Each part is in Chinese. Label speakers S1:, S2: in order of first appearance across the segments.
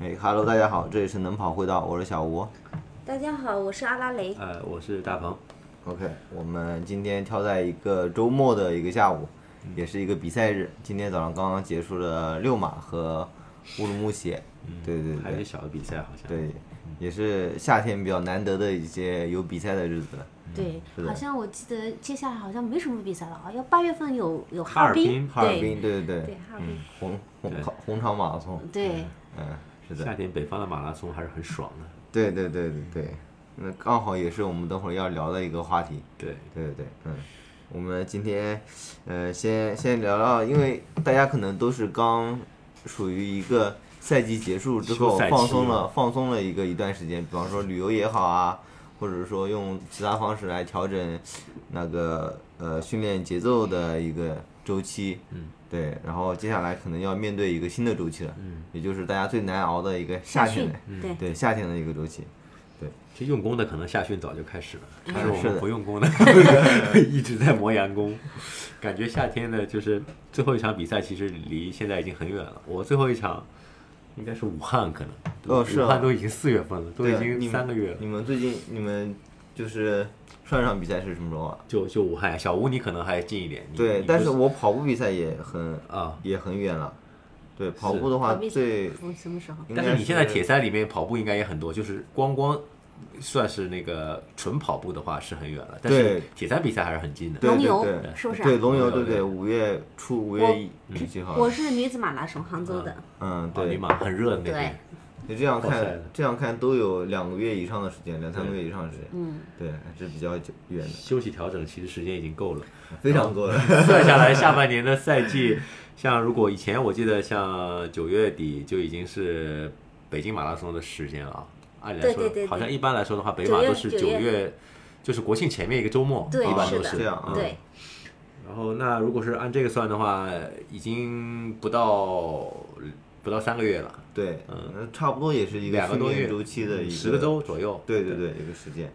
S1: 哎哈喽，大家好，这里是能跑会道，我是小吴。
S2: 大家好，我是阿拉蕾。
S3: 呃，我是大鹏，
S1: OK，我们今天挑在一个周末的一个下午，
S3: 嗯
S1: 也是一个比赛日。今天早上刚刚结束了六马和乌鲁木齐，对嗯对
S3: 嗯还有一
S1: 对
S3: 些小的比赛好像。
S1: 对，也是夏天比较难得的一些有比赛的日子了。
S2: 对
S1: 是，的
S2: 好像我记得接下来好像没什么比赛了，好像八月份有有
S3: 哈尔滨
S2: 滨，
S1: 哈尔滨，
S2: 对
S1: 对对
S2: 对
S1: 对，
S2: 哈尔滨，
S1: 红红
S3: 对
S1: 红场马拉松，
S2: 对
S1: 嗯，是的，
S3: 夏天北方的马拉松还是很爽的。
S1: 对对对对对，那刚好也是我们等会儿要聊的一个话题。
S3: 对，
S1: 对对对，嗯，我们今天，呃，先先聊聊，因为大家可能都是刚属于一个赛季结束之后
S3: 休赛期
S1: 放松了，放松了一个一段时间，比方说旅游也好啊，或者说用其他方式来调整那个呃训练节奏的一个周期，嗯，对，然后接下来可能要面对一个新的周期了，嗯，也就是大家最难熬的一个夏天嗯
S2: 训
S1: 的，，
S2: 对
S1: 对夏天的一个周期，
S3: 其实用功的可能夏训早就开始了，但
S1: 嗯
S3: 是我
S1: 是的
S3: 们不用功的， 一直在磨洋工。感觉夏天的就是最后一场比赛，其实离现在已经很远了。我最后一场应该是武汉，可能
S1: 哦是啊
S3: 武汉都已经四月份了，都
S1: 对
S3: 已
S1: 啊你
S3: 经三个月了
S1: 你。们最近你们就是上一场比赛是什么时候啊？
S3: 就就武汉，小吴你可能还近一点。你
S1: 对，
S3: 你
S1: 但
S3: 不
S1: 是我跑步比赛也很
S3: 啊，
S1: 也很远了。对，跑
S3: 是
S1: 步的话
S2: 哈尔滨
S1: 最
S2: 什么什么时候？
S1: 应该
S3: 但
S1: 是
S3: 是你现在铁三里面跑步应该也很多，就是光光算是那个纯跑步的话是很远了，但
S1: 对
S3: 是铁三比赛还是很近的。
S1: 对
S2: 龙
S1: 对
S2: 游
S1: 对
S2: 是不是啊
S1: 对龙游，
S3: 龙
S1: 对
S3: 游
S1: 对，
S3: 对
S1: 五月初五
S2: 我嗯
S1: 月一一几号？
S2: 我是女子马拉松，杭州的，
S1: 嗯，
S3: 啊，尼
S1: 对，
S3: 玛很热的那边。
S1: 你这样
S3: 哇
S1: 看
S3: 塞，
S1: 这样看都有两个月以上的时间，两三个月以上的时间。
S2: 嗯，
S1: 对，还是比较久远 的，嗯
S3: 休息调整其实时间已经够了，
S1: 非常多了。
S3: 算下来下半年的赛季，像如果以前我记得像九月底就已经是北京马拉松的时间了啊，按理来
S2: 对
S3: 说
S2: 对对对
S3: 好像一般来说的话，北
S2: 九
S3: 马
S2: 月
S3: 都是
S2: 九
S3: 九
S2: 月
S3: 月，就是国庆前面一个周末，
S2: 对
S3: 一般
S2: 是
S3: 都
S2: 的
S1: 这样啊。
S2: 对，
S3: 然后，那如果是按这个算的话，已经不到不到三个月了，
S1: 对，
S3: 嗯
S1: 那差不多也是一
S3: 两
S1: 个
S3: 个
S1: 训
S3: 多
S1: 练
S3: 月
S1: 周期的一
S3: 十个。周左右。
S1: 对对对，一个时间。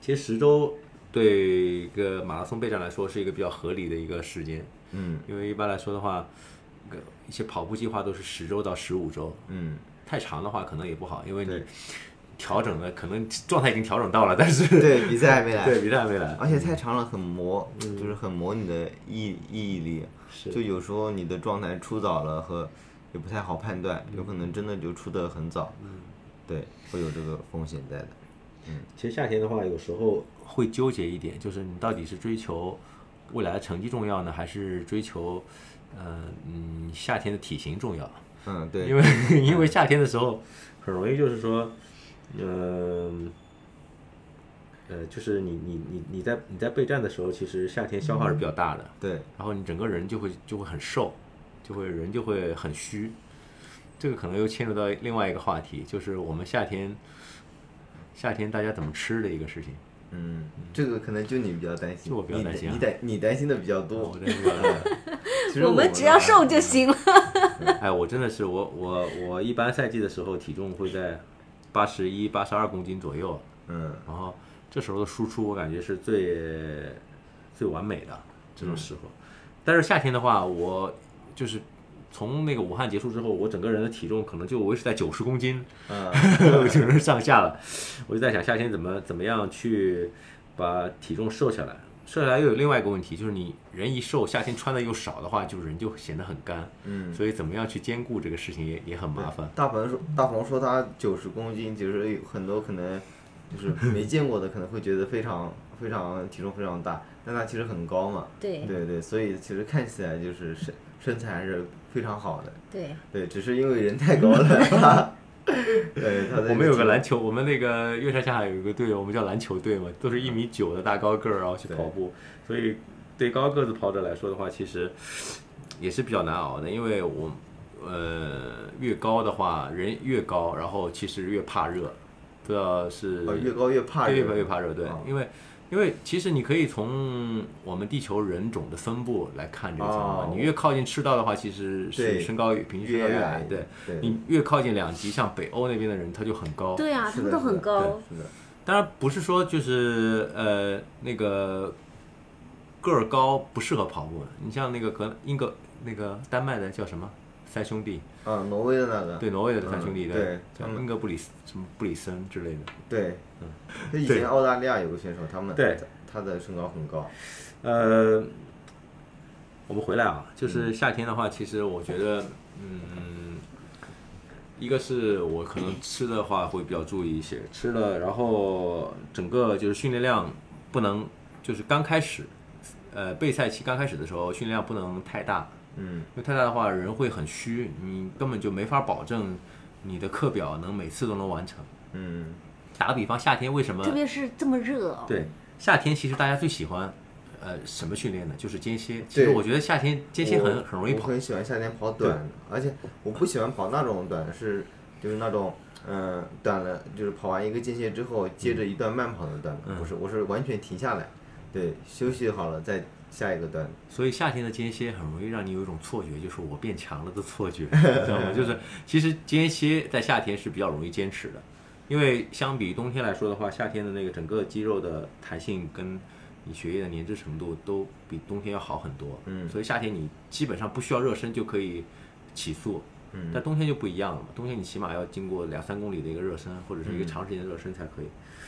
S3: 其实十周对一个马拉松备战来说是一个比较合理的一个时间，
S1: 嗯
S3: 因为一般来说的话，个一些跑步计划都是十周到十五周，
S1: 嗯，
S3: 太长的话可能也不好，因为你
S1: 对
S3: 调整的可能状态已经调整到了，但是
S1: 对，比赛还没来。
S3: 对比赛还没来，
S1: 而且太长了很磨，就是很磨你的意意义力。
S3: 是
S1: 就有时候你嗯的状态出早了和也不太好判断，有可能真的就出的很早。对，会有这个风险在的。
S3: 其实夏天的话，有时候会纠结一点，就是你到底是追求未来的成绩重要呢，还是追求，呃嗯，夏天的体型重要？
S1: 嗯，对，
S3: 因为 因为夏天的时候很容易就是说，嗯、呃，就是你你你你在你在备战的时候，其实夏天消耗是比较大的，
S1: 对，
S3: 然后你整个人就会就会很瘦，就会人就会很虚。这个可能又牵扯到另外一个话题，就是我们夏天夏天大家怎么吃的一个事情。
S1: 嗯，这个可能就你比较担心，
S3: 就我比较
S1: 你
S3: 担心啊哦
S1: 你担你担心的比只要多
S3: 我。真的，
S1: 其实啊
S2: 们只要瘦就行了。
S3: 哎，我真的是我我我一般赛季的时候体重会在八十一、八十二公斤左右，
S1: 嗯，
S3: 然后这时候的输出我感觉是最最完美的这
S1: 嗯
S3: 种时候。但是夏天的话，我就是从那个武汉结束之后，我整个人的体重可能就维持在九十公斤，
S1: 嗯，
S3: 九十上下了。我就在想夏天怎么怎么样去把体重瘦下来。瘦下来又有另外一个问题，就是你人一瘦，夏天穿的又少的话，就人就显得很干。
S1: 嗯，
S3: 所以怎么样去兼顾这个事情也也很麻烦。
S1: 大鹏说，大鹏说他九十公斤，其实有很多可能就是没见过的，可能会觉得非常非常体重非常大，但他其实很高嘛。
S2: 对
S1: 对对，所以其实看起来就是身身材还是非常好的，
S2: 对，
S1: 对，只是因为人太高 了。对，他的
S3: 我们有个篮球，我们那个乐山下海有一个队，我们叫篮球队嘛，都是一米九的大高个儿，然后去
S1: 对
S3: 跑步，所以对高个子跑者来说的话，其实也是比较难熬的，因为我呃越高的话，人越高，然后其实越怕热，不知道是
S1: 呃越高越怕
S3: 对
S1: 热，
S3: 越跑越怕热，对
S1: 啊，
S3: 因为因为其实你可以从我们地球人种的分布来看这个情
S1: 哦
S3: 况，你越靠近赤道的话，其实
S1: 对
S3: 是身高平均身高
S1: 越
S3: 越
S1: 矮
S3: 矮，对
S1: 对，
S3: 你越靠近两极，像北欧那边的人他就很高。
S2: 对啊，他
S1: 哦是
S2: 们
S1: 的
S2: 都
S1: 是的
S2: 很高。
S1: 对是的，
S3: 当然不是说就是呃那个个儿高不适合跑步的，你像那个格英格那个丹麦的叫什么三兄弟，
S1: 啊，挪威的那个，
S3: 对挪威的三兄弟，
S1: 嗯
S3: 对
S1: 对，
S3: 叫
S1: 他们
S3: 恩格布里斯什么布里森之类的。
S1: 对，他以
S3: 嗯对
S1: 前澳大利亚有个选手，他们
S3: 对
S1: 他的身高很高，
S3: 呃，我们回来啊，就是夏天的话，其实我觉得，嗯，一个是我可能吃的话会比较注意一些，吃了，然后整个就是训练量不能，就是刚开始，呃，备赛期刚开始的时候，训练量不能太大，
S1: 嗯，
S3: 因为太大的话人会很虚，你根本就没法保证你的课表能每次都能完成。
S1: 嗯，
S3: 打个比方，夏天为什么
S2: 特别是这么热，
S3: 对，夏天其实大家最喜欢，呃，什么训练呢？就是间歇。其实
S1: 对
S3: 我觉得夏天间歇
S1: 我
S3: 很很容易
S1: 我
S3: 跑。
S1: 很喜欢夏天跑短，而且我不喜欢跑那种短，是就是那种。嗯，短了就是跑完一个间歇之后，接着一段慢跑的段，
S3: 嗯
S1: 不是，我是完全停下来，对，休息好了再下一个段，
S3: 所以夏天的间歇很容易让你有一种错觉，就是我变强了的错 觉，你知道吗？就是其实间歇在夏天是比较容易坚持的，因为相比冬天来说的话，夏天的那个整个肌肉的弹性跟你血液的粘滞程度都比冬天要好很多。
S1: 嗯
S3: 所以夏天你基本上不需要热身就可以起速。
S1: 嗯
S3: 但冬天就不一样了嘛，冬天你起码要经过两三公里的一个热身，或者是一个
S1: 嗯
S3: 长时间的热身才可以。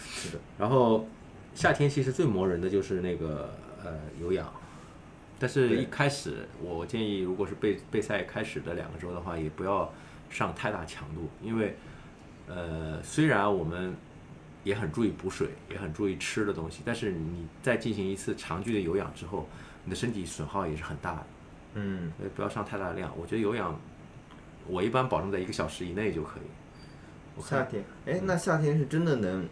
S1: 是的，
S3: 然后夏天其实最磨人的就是那个呃有氧，但是
S1: 对
S3: 一开始我建议，如果是备备赛开始的两个周的话，也不要上太大强度，因为呃虽然我们也很注意补水，也很注意吃的东西，但是你在进行一次长距离有氧之后，你的身体损耗也是很大的，
S1: 嗯，
S3: 所以呃不要上太大的量。我觉得有氧，我一般保证在一个小时以内就可以。我
S1: 夏
S3: 看
S1: 天，哎，那夏天是真的能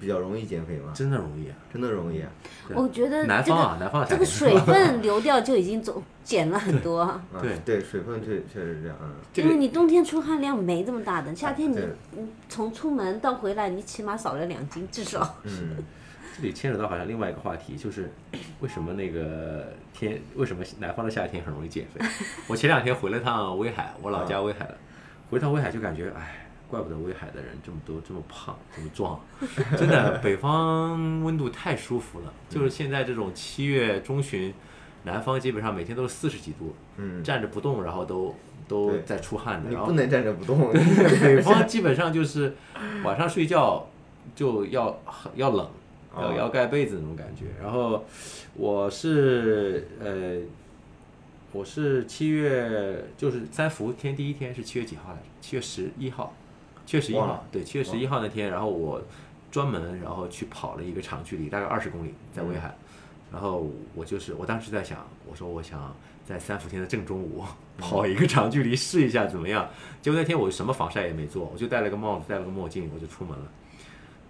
S1: 比较容易减肥吗？
S3: 真的容易啊，
S1: 真的容易啊，
S3: 对
S2: 我觉得
S3: 南
S2: 嗯这
S3: 方
S2: 个
S3: 啊，南方的夏
S2: 这个
S3: 天
S2: 水分流掉就已经总减了很多，
S1: 啊
S3: 对
S1: 对，水分确确实是 这样，嗯，
S3: 这
S2: 因
S3: 个
S2: 为你冬天出汗量没这么大的，夏天你
S1: 对
S2: 你从出门到回来，你起码少了两斤至少。
S1: 嗯，
S3: 这里牵扯到好像另外一个话题，就是为什么那个天，为什么南方的夏天很容易减肥？ 我前两天回了趟威海，我老家威海了，回趟威海就感觉，哎，怪不得威海的人这么多，这么胖，这么壮，真的，北方温度太舒服了，就是现在这种七月中旬，南方基本上每天都是四十几度，
S1: 嗯，
S3: 站着不动，然后都都
S1: 对
S3: 在出汗的，
S1: 你
S3: 然后
S1: 不能站着不动，
S3: 北方基本上就是晚上睡觉就要要冷，要
S1: 哦
S3: 要盖被子那种感觉。然后我是呃，我是七月就是三伏天第一天是七月几号来着？七月十一号，七月十一
S1: 忘
S3: 号
S1: 了，
S3: 对，七月十一号那天，然后我专门然后去跑了一个长距离，大概二十公里，在
S1: 嗯
S3: 威海。然后我就是我当时在想，我说我想在三伏天的正中午
S1: 嗯
S3: 跑一个长距离试一下怎么样。结果那天我什么防晒也没做，我就戴了个帽子，戴了个墨镜，我就出门了。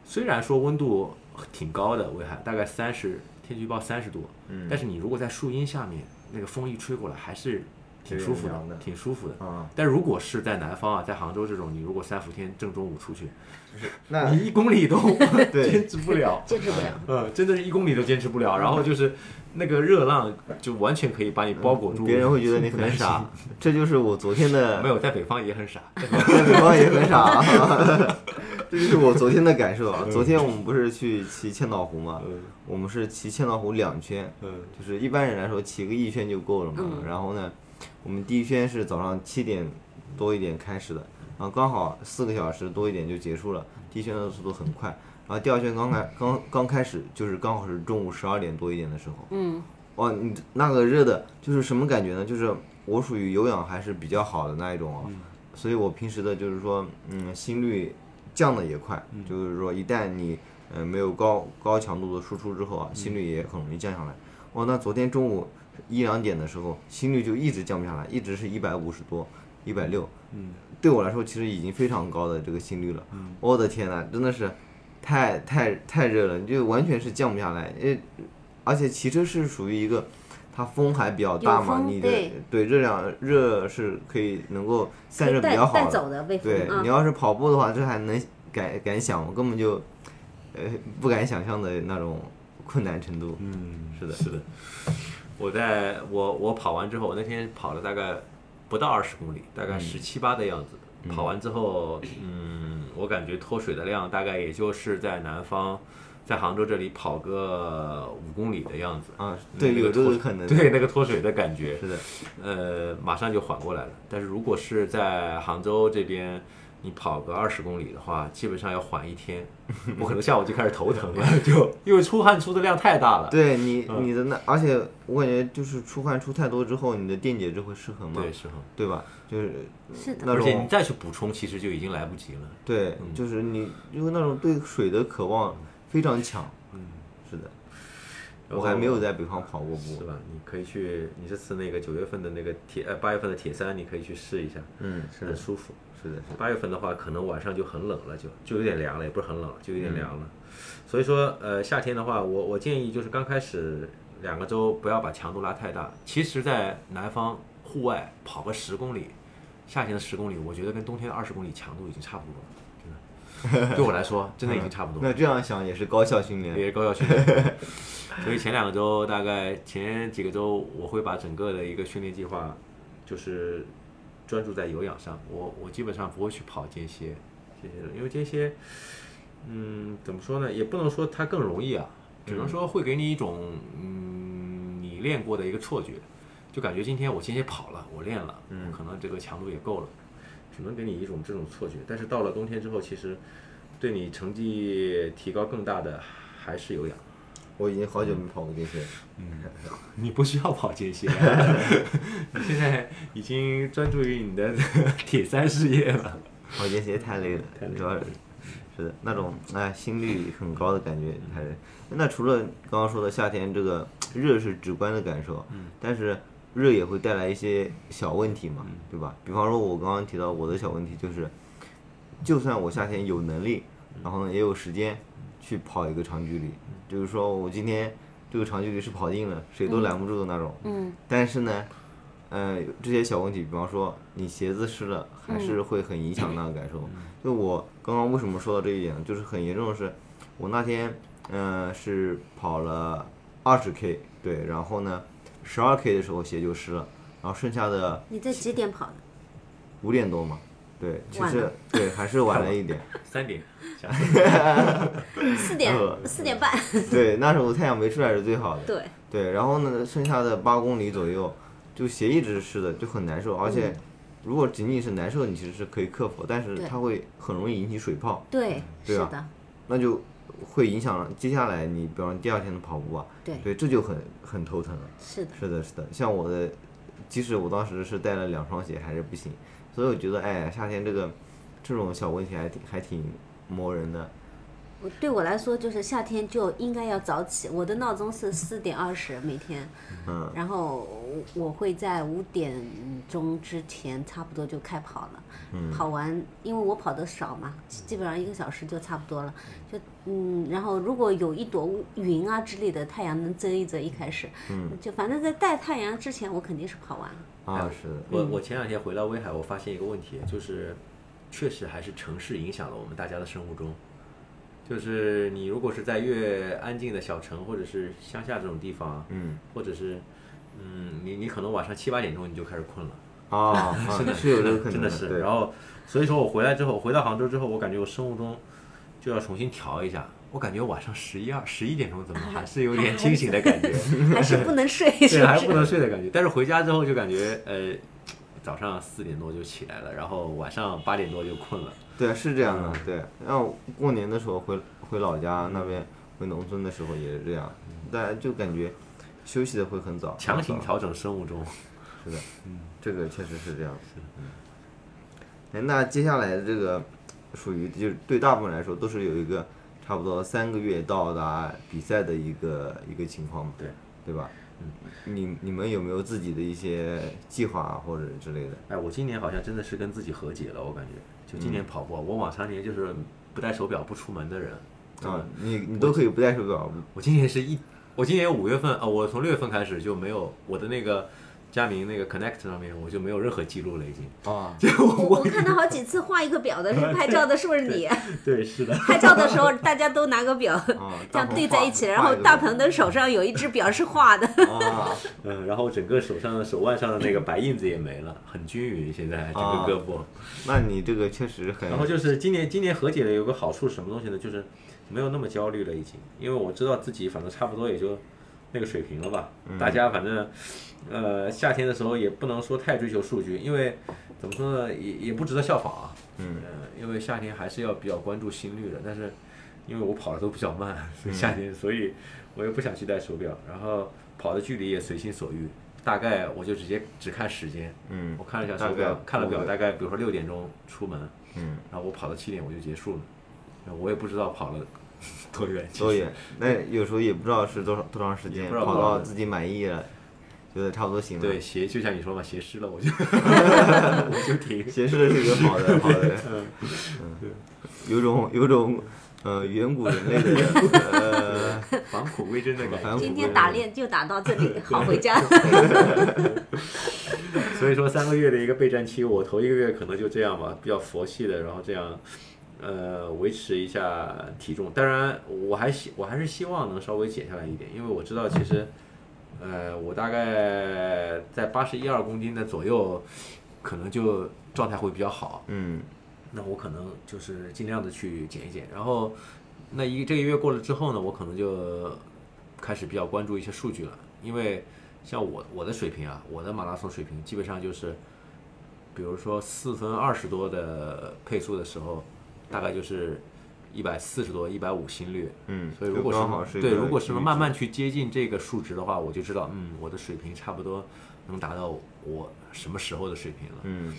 S3: 虽然说温度挺高的，威海大概三十，天气预报三十度，
S1: 嗯
S3: 但是你如果在树荫下面，那个风一吹过来，还是挺舒服
S1: 有点凉的
S3: 挺舒服的。
S1: 啊，
S3: 但如果是在南方啊，在杭州这种，你如果三伏天正中午出去，
S1: 那
S3: 你一公里都
S1: 对
S3: 坚持不了，
S2: 坚持不了。
S3: 呃，真的是一公里都坚持不
S1: 嗯
S3: 了。然后就是那个热浪，就完全可以把你包裹住。
S1: 嗯别人会觉得你很傻，这就是我昨天的
S3: 没有，在北方也很傻。
S1: 在北方也很傻， 这就是我昨天的感受啊。昨天我们不是去骑千岛湖吗？
S3: 嗯
S1: 我们是骑千岛湖两圈，
S3: 嗯
S1: 就是一般人来说骑个一圈就够了嘛。然后呢，我们第一圈是早上七点多一点开始的，然后刚好四个小时多一点就结束了。第一圈的速度很快，然后第二圈刚开刚刚开始就是刚好是中午十二点多一点的时候，
S2: 嗯，
S1: 哇，你那个热的，就是什么感觉呢？就是我属于有氧还是比较好的那一种啊，所以我平时的就是说，嗯，心率降的也快，就是说一旦你嗯、呃没有高高强度的输出之后啊，心率也很容易降下来。哇，那昨天中午一两点的时候，心率就一直降不下来，一直是一百五十多，一百六，
S3: 嗯，
S1: 对我来说其实已经非常高的这个心率了。我的天呐，真的是太太太热了，你就完全是降不下来。呃，而且骑车是属于一个，它风还比较大
S2: 有
S1: 嘛，
S2: 风
S1: 你的
S2: 对
S1: 对热量热是可以能够散热比
S2: 带
S1: 较
S2: 带
S1: 好
S2: 走的被风
S1: 对、
S2: 啊
S1: 你，要是跑步的话，这还能敢敢想，我根本就呃不敢想象的那种困难程度。
S3: 嗯，
S1: 是的
S3: 是的。我在我我跑完之后，我那天跑了大概不到二十公里，大
S1: 嗯
S3: 概十七八的样子。嗯跑完之后，嗯，我感觉脱水的量大概也就是在南方在杭州这里跑个五公里的样子，
S1: 啊，对，
S3: 那个
S1: 有这
S3: 脱
S1: 个
S3: 水
S1: 可能，
S3: 对，那个脱水的感觉，
S1: 是的，
S3: 呃，马上就缓过来了。但是如果是在杭州这边，你跑个二十公里的话，基本上要缓一天，我可能下午就开始头疼 了，就因为出汗出的量太大了。
S1: 对你
S3: 嗯
S1: 你的那，而且我感觉就是出汗出太多之后，你的电解质会失衡嘛，
S3: 对，是很，
S1: 对吧？就是
S2: 是的，
S1: 那
S3: 而且你嗯
S1: 种
S3: 再去补充，其实就已经来不及了。
S1: 对，就是你因为那种对水的渴望非常强，嗯，是的，
S3: 然
S1: 我
S3: 后
S1: 还没有在北方跑过
S3: 哦是
S1: 步，
S3: 吧？你可以去，你这次那个九月份的那个铁，呃，八月份的铁三，你可以去试一下，
S1: 嗯，是
S3: 很
S1: 的，
S3: 舒服。
S1: 是的，
S3: 八月份的话，可能晚上就很冷了，就就有点凉了，也不是很冷了，就有点凉了。所以说，呃，夏天的话，我我建议就是刚开始两个周不要把强度拉太大。其实，在南方户外跑个十公里，夏天的十公里，我觉得跟冬天的二十公里强度已经差不多了，真的。对我来说，真的已经差不多
S1: 嗯
S3: 了。
S1: 那这样想也是高效训练，
S3: 也是高效训练。 所以前两个周，大概前几个周，我会把整个的一个训练计划，就是专注在有氧上。我我基本上不会去跑间歇，间歇的，因为间歇，嗯，怎么说呢？也不能说它更容易啊，只能说会给你一种嗯你练过的一个错觉，就感觉今天我间歇跑了，我练了，我可能这个强度也够了，嗯只能给你一种这种错觉。但是到了冬天之后，其实。对你成绩提高更大的还是有氧。
S1: 我已经好久没跑过这些，
S3: 你不需要跑间歇， 你现在已经专注于你的 铁三事业了。
S1: 跑这些太 累了，主要是是的，那种哎心率很高的感觉还是。那除了刚刚说的夏天这个热是直观的感受，
S3: 嗯
S1: 但是热也会带来一些小问题
S3: 嗯
S1: 嘛，对吧？比方说我刚刚提到我的小问题就是，就算我夏天有能力，
S3: 嗯
S1: 然后呢也有时间去跑一个长距离，就是说我今天这个长距离是跑定了，谁都拦不住的那种，
S2: 嗯，
S1: 但是呢，呃，这些小问题，比方说你鞋子湿了，
S2: 嗯
S1: 还是会很影响那个感受。就我刚刚为什么说到这一点呢，就是很严重的是，我那天嗯、呃是跑了二十 K，对，然后呢，十二 K 的时候鞋就湿了，然后剩下的
S2: 你在几点跑的？
S1: 五点多嘛，对，其
S2: 晚
S1: 实
S2: 了
S1: 对还是晚了一 点，
S3: 三点，下
S2: 四点
S1: 呃，
S2: 四点半。
S1: 对，那时候太阳没出来是最好的。
S2: 对，
S1: 对，然后呢，剩下的八公里左右，就鞋一直湿的，就很难受。而且，如果仅仅是难受，你其实是可以克服，但是
S2: 嗯对
S1: 它会很容易引起水泡，
S2: 对，
S1: 对
S2: 是
S1: 啊
S2: 的，
S1: 那就会影响接下来你，比方说第二天的跑步啊，
S2: 对，
S1: 对，这就很很头疼了。
S2: 是的，
S1: 是的，是的，像我的，即使我当时是带了两双鞋，还是不行。所以我觉得，哎，夏天这个这种小问题还挺还挺磨人的。
S2: 我对我来说就是夏天就应该要早起，我的闹钟是四点二十每天，
S1: 嗯，
S2: 然后我我会在五点钟之前差不多就开跑了，
S3: 嗯
S2: 跑完因为我跑的少嘛，基本上一个小时就差不多了，就嗯，然后如果有一朵乌云啊之类的，太阳能遮一遮，一开始，嗯，就反正在带太阳之前，我肯定是跑完了，
S1: 啊，是的，
S3: 哎我我前两天回到威海，我发现一个问题，就是确实还是城市影响了我们大家的生物钟。就是你如果是在越安静的小城或者是乡下这种地方，
S1: 嗯，
S3: 或者是嗯，你你可能晚上七八点钟你就开始困了。
S1: 啊，啊是有这个可能
S3: 真的是。
S1: 对
S3: 然后，所以说我回来之后，回到杭州之后，我感觉我生物钟就要重新调一下。我感觉晚上十一二、十一点钟怎么还是有点清醒的感觉，
S2: 还 是不能睡，是
S3: 对，还
S2: 不
S3: 不
S2: 是？
S3: 能睡的感觉。但是回家之后就感觉，呃，早上四点多就起来了，然后晚上八点多就困了。
S1: 对，是这样的。对，然后过年的时候回回老家那边，回农村的时候也是这样，大家就感觉休息的会很早，
S3: 强行
S1: 很早
S3: 调整生物钟，
S1: 是的，这个确实是这样的。嗯，哎那接下来的这个属于就是对大部分来说都是有一个差不多三个月到达比赛的一个一个情况嘛，
S3: 对嗯
S1: 对吧？你你们有没有自己的一些计划或者之类的？
S3: 哎，我今年好像真的是跟自己和解了，我感觉，就今年跑步啊，我往常年就是不戴手表不出门的人，
S1: 啊，你你都可以不戴手表，
S3: 我今年是一，我今年五月份啊、呃我从六月份开始就没有我的那个佳明那个 Connect 上面我就没有任何记录了，已经。
S1: 啊，
S2: 我我看到好几次画一个表的，是拍照的是不是你？
S3: 对，是的。
S2: 拍照的时候大家都拿个表，这
S1: 啊大
S2: 样
S1: 鹏
S2: 对在一起，
S1: 画
S2: 然后
S1: 画一个
S2: 大
S1: 表
S2: 鹏的手上有一只表是画的，
S1: 啊，
S3: 嗯，然后整个手上手腕上的那个白印子也没了，很均匀，现在整
S1: 啊
S3: 个胳膊。
S1: 那你这个确实很
S3: 然后就是今年今年和解了有个好处是什么东西呢？就是没有那么焦虑了已经，因为我知道自己反正差不多也就那个水平了吧。大家反正呃夏天的时候也不能说太追求数据，因为怎么说呢，也也不值得效仿啊。
S1: 嗯
S3: 呃，因为夏天还是要比较关注心率的，但是因为我跑的都比较慢， 所以夏天，所以我也不想去戴手表，然后跑的距离也随心所欲，大概我就直接只看时间，
S1: 嗯
S3: 我看了一下
S1: 大
S3: 手
S1: 概
S3: 表，看了表，
S1: 对
S3: 大概比如说六点钟出门，
S1: 嗯，
S3: 然后我跑到七点我就结束了，然后我也不知道跑了 多远，
S1: 所以那有时候也不知道是多少多长时
S3: 也
S1: 间，
S3: 不知道
S1: 跑
S3: 多少
S1: 到自己满意了，觉得差不多行了。
S3: 对，鞋就像你说嘛，鞋湿了我就 我就停，
S1: 显示的是一个好的，好 的，嗯，有种有种呃远古人类的呃
S3: 返璞归真的感觉
S1: 返。
S2: 今天打猎就打到 这里，好回家。
S3: 所以说三个月的一个备战期，我头一个月可能就这样吧，比较佛系的，然后这样，呃，维持一下体重。当然，我还希我还是希望能稍微减下来一点，因为我知道其实，呃，我大概在八十一二公斤的左右，可能就状态会比较好。
S1: 嗯
S3: 那我可能就是尽量的去减一减，然后那一这个月过了之后呢，我可能就开始比较关注一些数据了，因为像我我的水平啊，我的马拉松水平基本上就是，比如说四分二十多的配速的时候，大概就是一百四十多、一百五心率，
S1: 嗯，
S3: 所以如果
S1: 就刚好是
S3: 是
S1: 一
S3: 对，
S1: 个
S3: 如果是
S1: 阈
S3: 能
S1: 值
S3: 慢慢去接近这个数值的话，我就知道，嗯，我的水平差不多能达到我什么时候的水平了。
S1: 嗯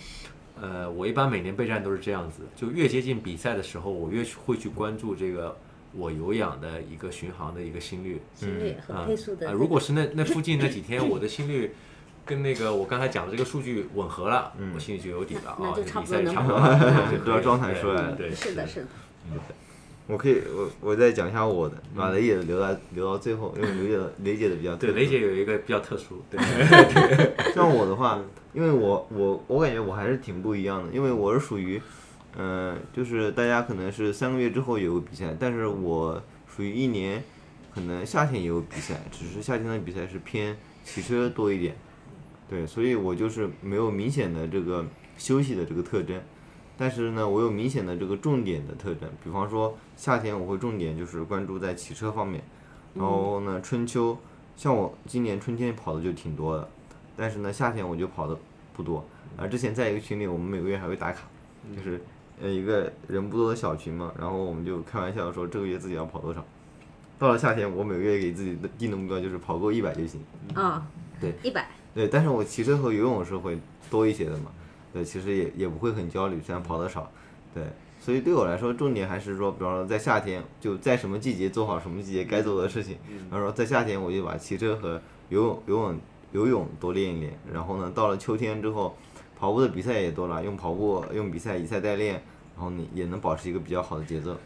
S3: 呃，我一般每年备战都是这样子，就越接近比赛的时候，我越去会去关注这个我有氧的一个巡航的一个心率
S2: 心
S1: 嗯
S2: 率和
S3: 啊、
S2: 配速的这个，
S3: 呃如 果是那那附近那几天我的心率跟那个我刚才讲的这个数据吻合了，我心里就有底了啊，
S2: 嗯那那就
S3: 这
S2: 差
S3: 比
S2: 不
S3: 赛
S2: 多
S3: 就
S2: 能
S3: 差不多了，
S1: 知道状态出来了
S3: 对，
S2: 是的，是的，
S1: 我可以我我再讲一下我的，把雷姐的留在留到最后，因为雷姐的雷姐的比较
S3: 对
S1: 特
S3: 雷
S1: 殊
S3: 姐有一个比较特殊，对，
S1: 像我的话，因为我我我感觉我还是挺不一样的，因为我是属于，呃，就是大家可能是三个月之后有个比赛，但是我属于一年，可能夏天也有比赛，只是夏天的比赛是偏骑车多一点，对，所以我就是没有明显的这个休息的这个特征，但是呢，我有明显的这个重点的特征，比方说夏天我会重点就是关注在骑车方面，然后呢，春秋像我今年春天跑的就挺多的，但是呢，夏天我就跑的不多。啊，之前在一个群里，我们每个月还会打卡，就是呃一个人不多的小群嘛，然后我们就开玩笑说这个月自己要跑多少。到了夏天，我每个月给自己的定的目标就是跑够一百就行。
S2: 啊，
S1: 嗯对，
S2: 一百，
S1: 对，但是我骑车和游泳是会多一些的嘛，对，其实也也不会很焦虑，虽然跑得少，对，所以对我来说，重点还是说，比方说在夏天，就在什么季节做好什么季节该做的事情，然后说在夏天我就把骑车和游泳、游泳、游泳多练一练，然后呢，到了秋天之后，跑步的比赛也多了，用跑步用比赛以赛代练，然后你也能保持一个比较好的节奏，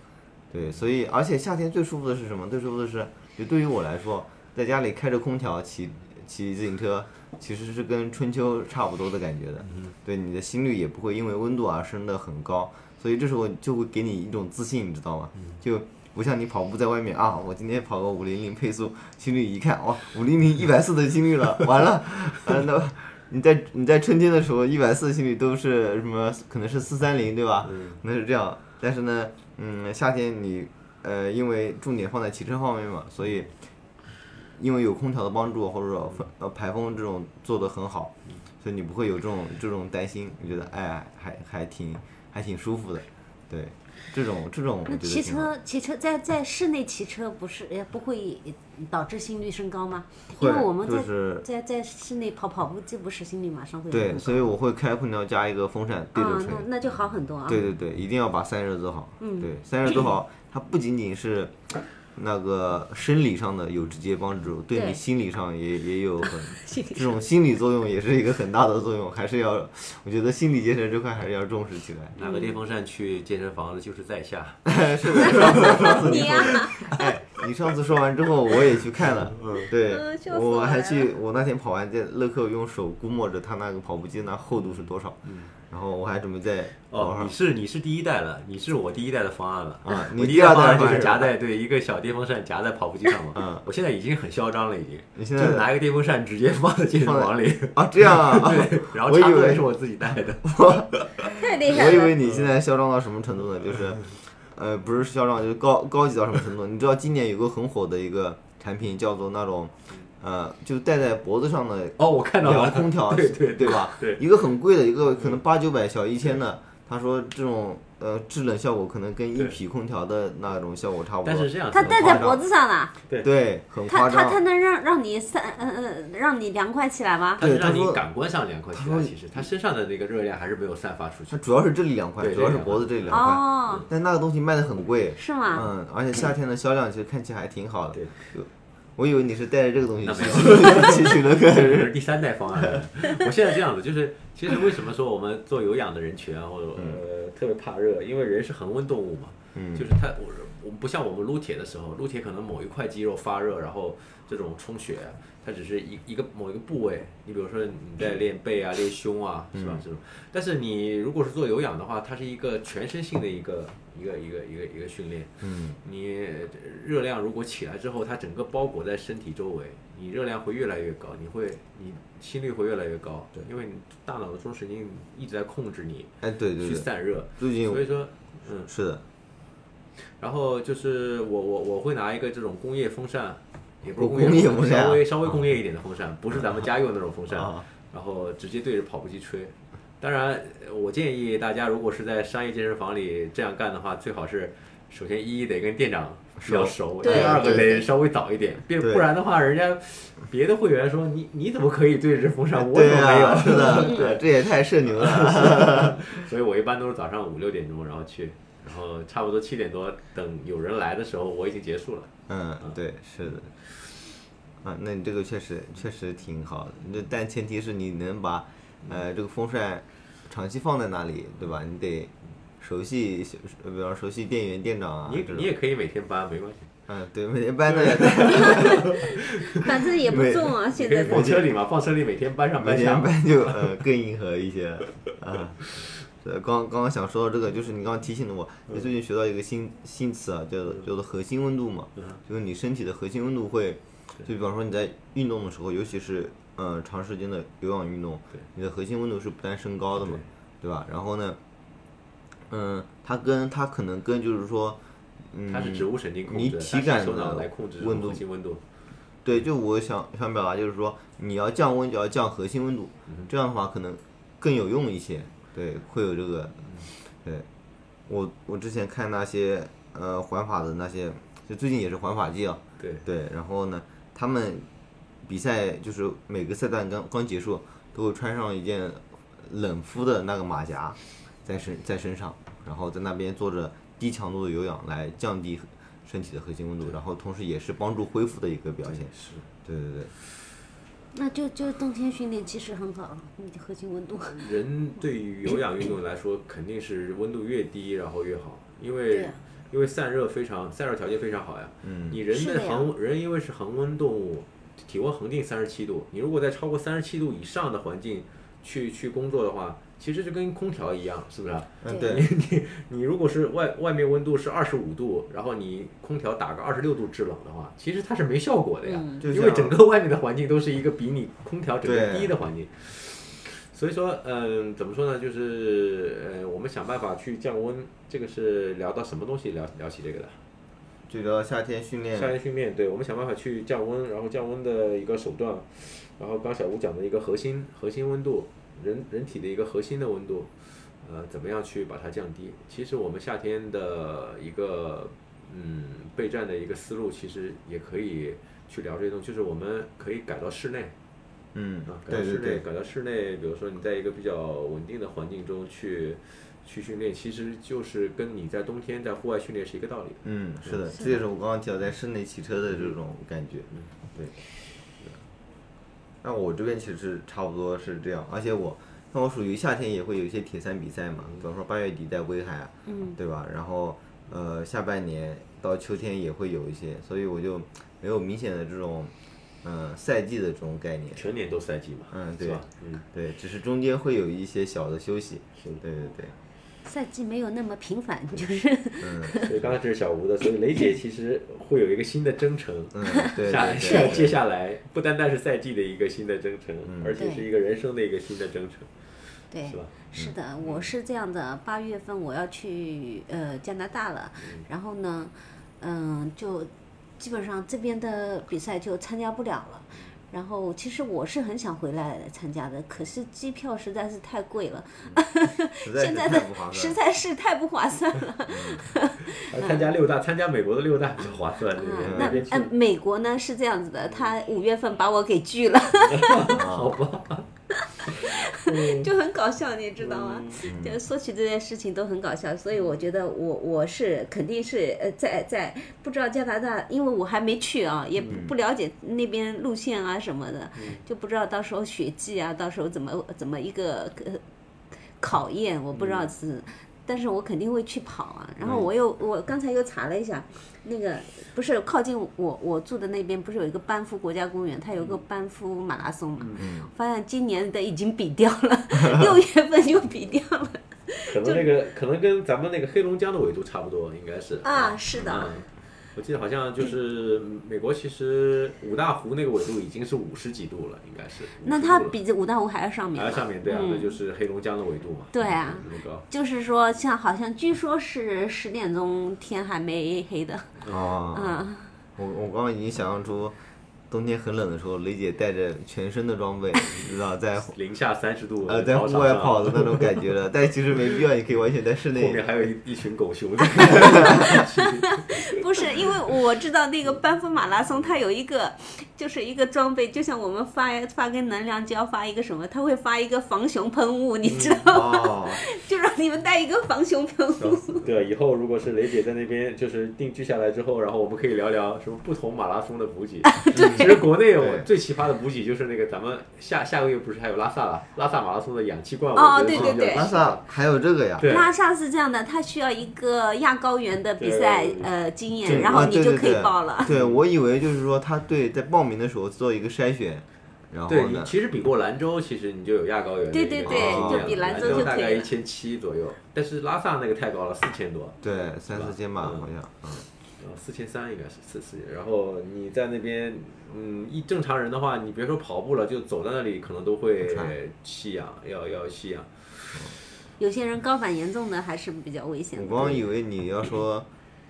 S1: 对，所以而且夏天最舒服的是什么？最舒服的是，就对于我来说，在家里开着空调骑骑自行车，其实是跟春秋差不多的感觉的。对，你的心率也不会因为温度而升得很高，所以这时候就会给你一种自信，你知道吗？就不像你跑步在外面啊，我今天跑个五零零配速，心率一看，哇，五零零一百四的心率了，完了， 完了。啊你在你在春天的时候，一百四心率都是什么？可能是四三零，对吧？可能是这样。但是呢，嗯，夏天你呃，因为重点放在骑车方面嘛，所以因为有空调的帮助，或者说风呃排风这种做得很好，所以你不会有这种这种担心。我觉得哎，还还挺还挺舒服的，对，这种这种我觉
S2: 那
S1: 得
S2: 骑
S1: 挺好
S2: 车骑车在在室内骑车不是也不会导致心率升高吗？
S1: 会
S2: 因为我们在、
S1: 就是
S2: 在在室内跑跑步机不是心率马上会
S1: 对，
S2: 很
S1: 所以我会开空调加一个风扇对
S2: 高
S1: 着
S2: 啊
S1: 吹。，
S2: 那那就好很多啊。嗯
S1: 对 对对，一定要把散热做好。对，散热做好，它不仅仅是那个生理上的有直接帮助，对你
S2: 对
S1: 心理上也也有 很
S2: 心理
S1: 这种心理作用，也是一个很大的作用。还是要，我觉得心理建设这块还是要重视起来。
S3: 拿个电风扇去健身房的就是在下，
S2: 你呀、
S1: 哎，你上次说完之后，我也去看了。对
S2: 嗯，笑死
S1: 我
S2: 我
S1: 还
S2: 了
S1: 去，我那天跑完在乐客用手估摸着它那个跑步机那厚度是多少，然后我还准备在网
S3: 嗯哦，
S1: 上
S3: 你是你是第一代了，你是我第一代的方案了
S1: 啊你
S3: 我第一
S1: 第二
S3: 方
S1: 代
S3: 案就
S1: 方案
S3: 是
S1: 是
S3: 夹
S1: 吧
S3: 在对一个小电风扇夹在跑步机上嘛，
S1: 嗯，
S3: 我现在已经很嚣张了，已经，
S1: 你现
S3: 就是
S1: 在
S3: 拿一个电风扇直接放在健身房 里，
S1: 啊这样啊，
S3: 对，然后
S1: 我以
S3: 插座也
S1: 为
S3: 是我自己带的，
S2: 太厉
S1: 我
S2: 害了！
S3: 嗯
S1: 以为你现在嚣张到什么程度呢？就是，呃，不是嚣张，就是高高级到什么程度？你知道今年有个很火的一个产品叫做那种，呃，就戴在脖子上的
S3: 哦，我看到
S1: 凉
S3: 了，
S1: 空调，
S3: 对对
S1: 对吧？
S3: 对嗯
S1: 一个很贵的，一个可能八九百、小一千的，他说这种呃制冷效果可能跟一
S3: 对
S1: 匹空调的那种效果差不
S3: 但是
S1: 多，
S3: 这样子
S2: 它
S3: 的话，
S2: 戴在脖子上了，
S1: 对，很
S2: 它
S1: 夸
S2: 它它
S1: 张。
S2: 能让让你散呃呃让你凉快起来吗？
S3: 它是
S1: 对他
S3: 让你
S1: 说
S3: 感官上凉快起
S1: 他说
S3: 来。啊其实它身上的那个热量还是没有散发出 去
S1: 它。主要是这里两块，
S3: 对
S1: 主要
S3: 这
S1: 是
S3: 两块
S1: 脖子这里两块，
S2: 哦，
S1: 但那个东西卖的很贵，
S2: 是吗？
S1: 嗯，而且夏天的销量其实看起来还挺好的
S3: 对。
S1: 有我以为你是带着这个东西
S3: 那没
S1: 去
S3: 有
S1: 去 去了 个
S3: 这
S1: 人，
S3: 是第三代方案。 我现在这样子，就是其实为什么说我们做有氧的人群啊，或者呃特别怕热，因为人是恒温动物嘛，
S1: 嗯
S3: 就是它我我们不像我们撸铁的时候，撸铁可能某一块肌肉发热，然后这种充血，啊它只是一一个某一个部位，你比如说你在练背啊、练胸啊，是
S1: 嗯
S3: 吧？这种，但是你如果是做有氧的话，它是一个全身性的一个一个一个一个一个训练。
S1: 嗯，
S3: 你热量如果起来之后，它整个包裹在身体周围，你热量会越来越高，你会你心率会越来越高，
S1: 对
S3: 因为你大脑的中枢神经一直在控制你
S1: 哎，对对
S3: 去
S1: 对，
S3: 散热，
S1: 最近
S3: 所以说，嗯，
S1: 是的，
S3: 然后就是我我我会拿一个这种工业风扇，也不是
S1: 哦
S3: 工业
S1: 工业风扇啊
S3: 稍微稍微工业一点的风扇，不是咱们家用的那种风扇，
S1: 啊
S3: 然后直接对着跑步机吹。当然，呃我建议大家如果是在商业健身房里这样干的话，最好是首先一得跟店长比较熟，第
S2: 对
S3: 二个
S2: 对
S3: 得稍微早一点，别
S1: 对
S3: 不然的话，人家别的会员说你你怎么可以对着这风扇，我
S1: 对
S3: 怎么没有？啊
S1: 啊，是 的，对，这也太社牛了。
S3: 所以我一般都是早上五六点钟然后去，然后差不多七点多等有人来的时候，我已经结束了。
S1: 嗯，对，是的。啊，那你这个确实确实挺好的，那但前提是你能把呃这个风扇长期放在那里，对吧？你得熟悉，呃比方熟悉店员、店长啊
S3: 你
S1: 这
S3: 你
S1: 种。
S3: 也可以每天搬，没关系。
S1: 嗯，对，每天搬的，
S2: 反正也不
S1: 对
S2: 重啊，
S3: 你
S2: 现
S3: 可以
S2: 在
S3: 放车里嘛，放车里每天搬上
S1: 每
S3: 搬
S1: 天
S3: 下。
S1: 搬就呃更硬核一些了啊。对，刚刚刚想说到这个，就是你刚刚提醒了我，你最近学到一个新新词啊，叫做叫做核心温度嘛，
S3: 嗯
S1: 就是你身体的核心温度会，就比方说你在运动的时候，尤其是呃长时间的有氧运动
S3: 对，
S1: 你的核心温度是不断升高的嘛，对吧？然后呢，嗯、它跟它可能跟就是说，嗯，
S3: 它是植物神经控
S1: 你
S3: 制，
S1: 体
S3: 它是
S1: 感
S3: 手脑
S1: 的
S3: 来控制
S1: 温
S3: 核
S1: 度
S3: 心温度。
S1: 对，就我想想表达就是说，你要降温就要降核心温度，这样的话可能更有用一些。对，会有这个。对，我我之前看那些呃环法的那些，就最近也是环法季啊。
S3: 对，
S1: 对，然后呢，他们比赛就是每个赛段刚刚结束，都会穿上一件冷敷的那个马甲在身在身上，然后在那边做着低强度的有氧来降低身体的核心温度，然后同时也是帮助恢复的一个表现。
S3: 是
S1: 对对对，
S2: 那就就冬天训练其实很好了，啊你的核心温度。
S3: 人对于有氧运动来说，肯定是温度越低然后越好，因
S2: 对
S3: 为
S2: 啊
S3: 因为散热非常散热条件非常好呀。
S1: 嗯，
S3: 你人
S2: 是
S3: 的
S2: 的呀
S3: 恒人因为是恒温动物，体温恒定三十七度，你如果在超过三十七度以上的环境去去工作的话，其实就跟空调一样，是不是啊？
S1: 嗯
S2: 对
S1: 对，
S3: 你如果是外外面温度是二十五度，然后你空调打个二十六度制冷的话，其实它是没效果的呀，
S2: 嗯
S1: 就
S3: 因为
S1: 像
S3: 整个外面的环境都是一个比你空调整个
S1: 对
S3: 低的环境。所以说，嗯，怎么说呢？就是呃，我们想办法去降温，这个是聊到什么东西聊聊起这个的？
S1: 就聊夏天训
S3: 夏
S1: 练，
S3: 天训练，对，我们想办法去降温，然后降温的一个手段，然后刚小吴讲的一个核心核心温度，人人体的一个核心的温度，呃，怎么样去把它降低？其实我们夏天的一个嗯备战的一个思路，其实也可以去聊这种，就是我们可以改到室内
S1: 嗯
S3: 啊，，改到
S1: 对
S3: 室
S1: 对
S3: 内，
S1: 对，
S3: 改到室内，比如说你在一个比较稳定的环境中去去训练，其实就是跟你在冬天在户外训练是一个道理。
S1: 嗯，是的，这也是我刚刚提到在室内骑车的这种感觉。
S3: 嗯，对。
S1: 那我这边其实差不多是这样，而且我，那我属于夏天也会有一些铁三比赛
S3: 嗯
S1: 嘛，比方说八月底在威海啊，
S2: 嗯，
S1: 对吧？然后呃下半年到秋天也会有一些，所以我就没有明显的这种呃赛季的这种概念，
S3: 全年都赛季嘛，
S1: 嗯
S3: 是
S1: 对
S3: 吧？嗯，
S1: 对，只是中间会有一些小的休息，对对对，
S2: 赛季没有那么频繁，就是
S3: 所以刚才这是小吴的，所以雷姐其实会有一个新的征程，
S1: 嗯对
S3: 下来
S1: 对
S3: 下
S1: 对，嗯
S3: 接下来不单单是赛季的一个新的征程，而且
S2: 对
S3: 是一个人生的一个新的征程。
S2: 对
S3: 是吧？嗯
S2: 是的，我是这样的，八月份我要去呃加拿大了，然后呢，嗯，就基本上这边的比赛就参加不了了。然后其实我是很想回来参加的，可是机票实在是太贵了，
S1: 实在是
S2: 现在
S1: 太不划
S2: 的实
S1: 算。
S2: 在是太不划算了。
S3: 还参加六大，参加美国的六大比较划算，对不对
S2: 嗯，？
S3: 那
S2: 那
S3: 边去嗯
S2: 呃，美国呢是这样子的，他五月份把我给拒了，
S3: 好吧？
S2: 就很搞笑，你知道
S3: 嗯
S2: 吗？
S1: 嗯
S2: 就说起这件事情都很搞笑，所以我觉得我我是肯定是呃，在在不知道加拿大，因为我还没去啊，也不不了解那边路线啊什么的，就不知道到时候雪季啊，到时候怎么怎么一个呃考验，我不知道是。但是我肯定会去跑啊，然后我又我刚才又查了一下，那个不是靠近我我住的那边不是有一个班夫国家公园，它有个班夫马拉松嘛，发现今年的已经比掉了， 六月份就比掉了
S3: 可能那个可能跟咱们那个黑龙江的纬度差不多，应该是
S2: 啊！是的，
S3: 嗯，我记得好像就是美国，其实五大湖那个纬度已经是五十几度了，应该是。
S2: 那它比这五大湖还要上面
S3: 还
S2: 吧
S3: 上面对啊，那就是黑龙江的纬度嘛。嗯
S2: 对啊
S3: 那个
S2: 就是说，像好像据说是十点钟天还没黑的，
S3: 啊
S1: 哦，
S2: 嗯，
S1: 我我刚刚已经想象出，冬天很冷的时候，雷姐带着全身的装备，你知道在
S3: 零下三十度，
S1: 呃在
S3: 操
S1: 户
S3: 场
S1: 外
S3: 上
S1: 跑的那种感觉了，但其实没必要，你可以完全在室
S3: 后
S1: 内
S3: 面。还有一一群狗熊 在
S2: 不是，因为我知道那个班夫马拉松，它有一个，就是一个装备，就像我们发发根能量胶，发一个什么，它会发一个防熊喷雾，你知道，
S1: 哦，
S2: 就让你们带一个防熊喷雾。
S3: 对，以后如果是雷姐在那边就是定居下来之后，然后我们可以聊聊什么不同马拉松的补给。其实国内我
S1: 对
S3: 最奇葩的补给就是那个咱们下下个月不是还有拉萨了，拉萨马拉松的氧气罐，我
S2: 哦
S3: 觉得
S2: 对对
S3: 是比较
S2: 对
S1: 拉萨还有这个呀？
S3: 对
S2: 拉萨是这样的，它需要一个亚高原的比赛
S3: 对
S2: 呃经
S1: 对
S2: 验，然后
S1: 啊
S2: 你
S1: 对
S2: 就
S1: 对
S2: 可以
S1: 对
S2: 报了。
S1: 对，我以为就是说他对在报名的时候做一个筛选，然后
S3: 对，你
S1: 呢，
S3: 其实比过兰州，其实你就有亚高原的
S2: 对
S3: 一个
S2: 对
S3: 经验了。啊
S1: 对就比
S2: 兰
S3: 兰
S2: 州就
S3: 大
S2: 可以
S3: 概
S2: 了
S3: 一千七左右，但是拉萨那个太高了，四千多，
S1: 对三四千吧，
S3: 嗯
S1: 好像，嗯
S3: 呃四千三应该是四四。然后你在那边，嗯，一正常人的话，你别说跑步了，就走在那里可能都会
S1: 喘
S3: 吸氧，要要吸氧。
S2: 有些人高反严重的还是比较危险
S1: 我
S2: 的。
S1: 刚刚以为你要说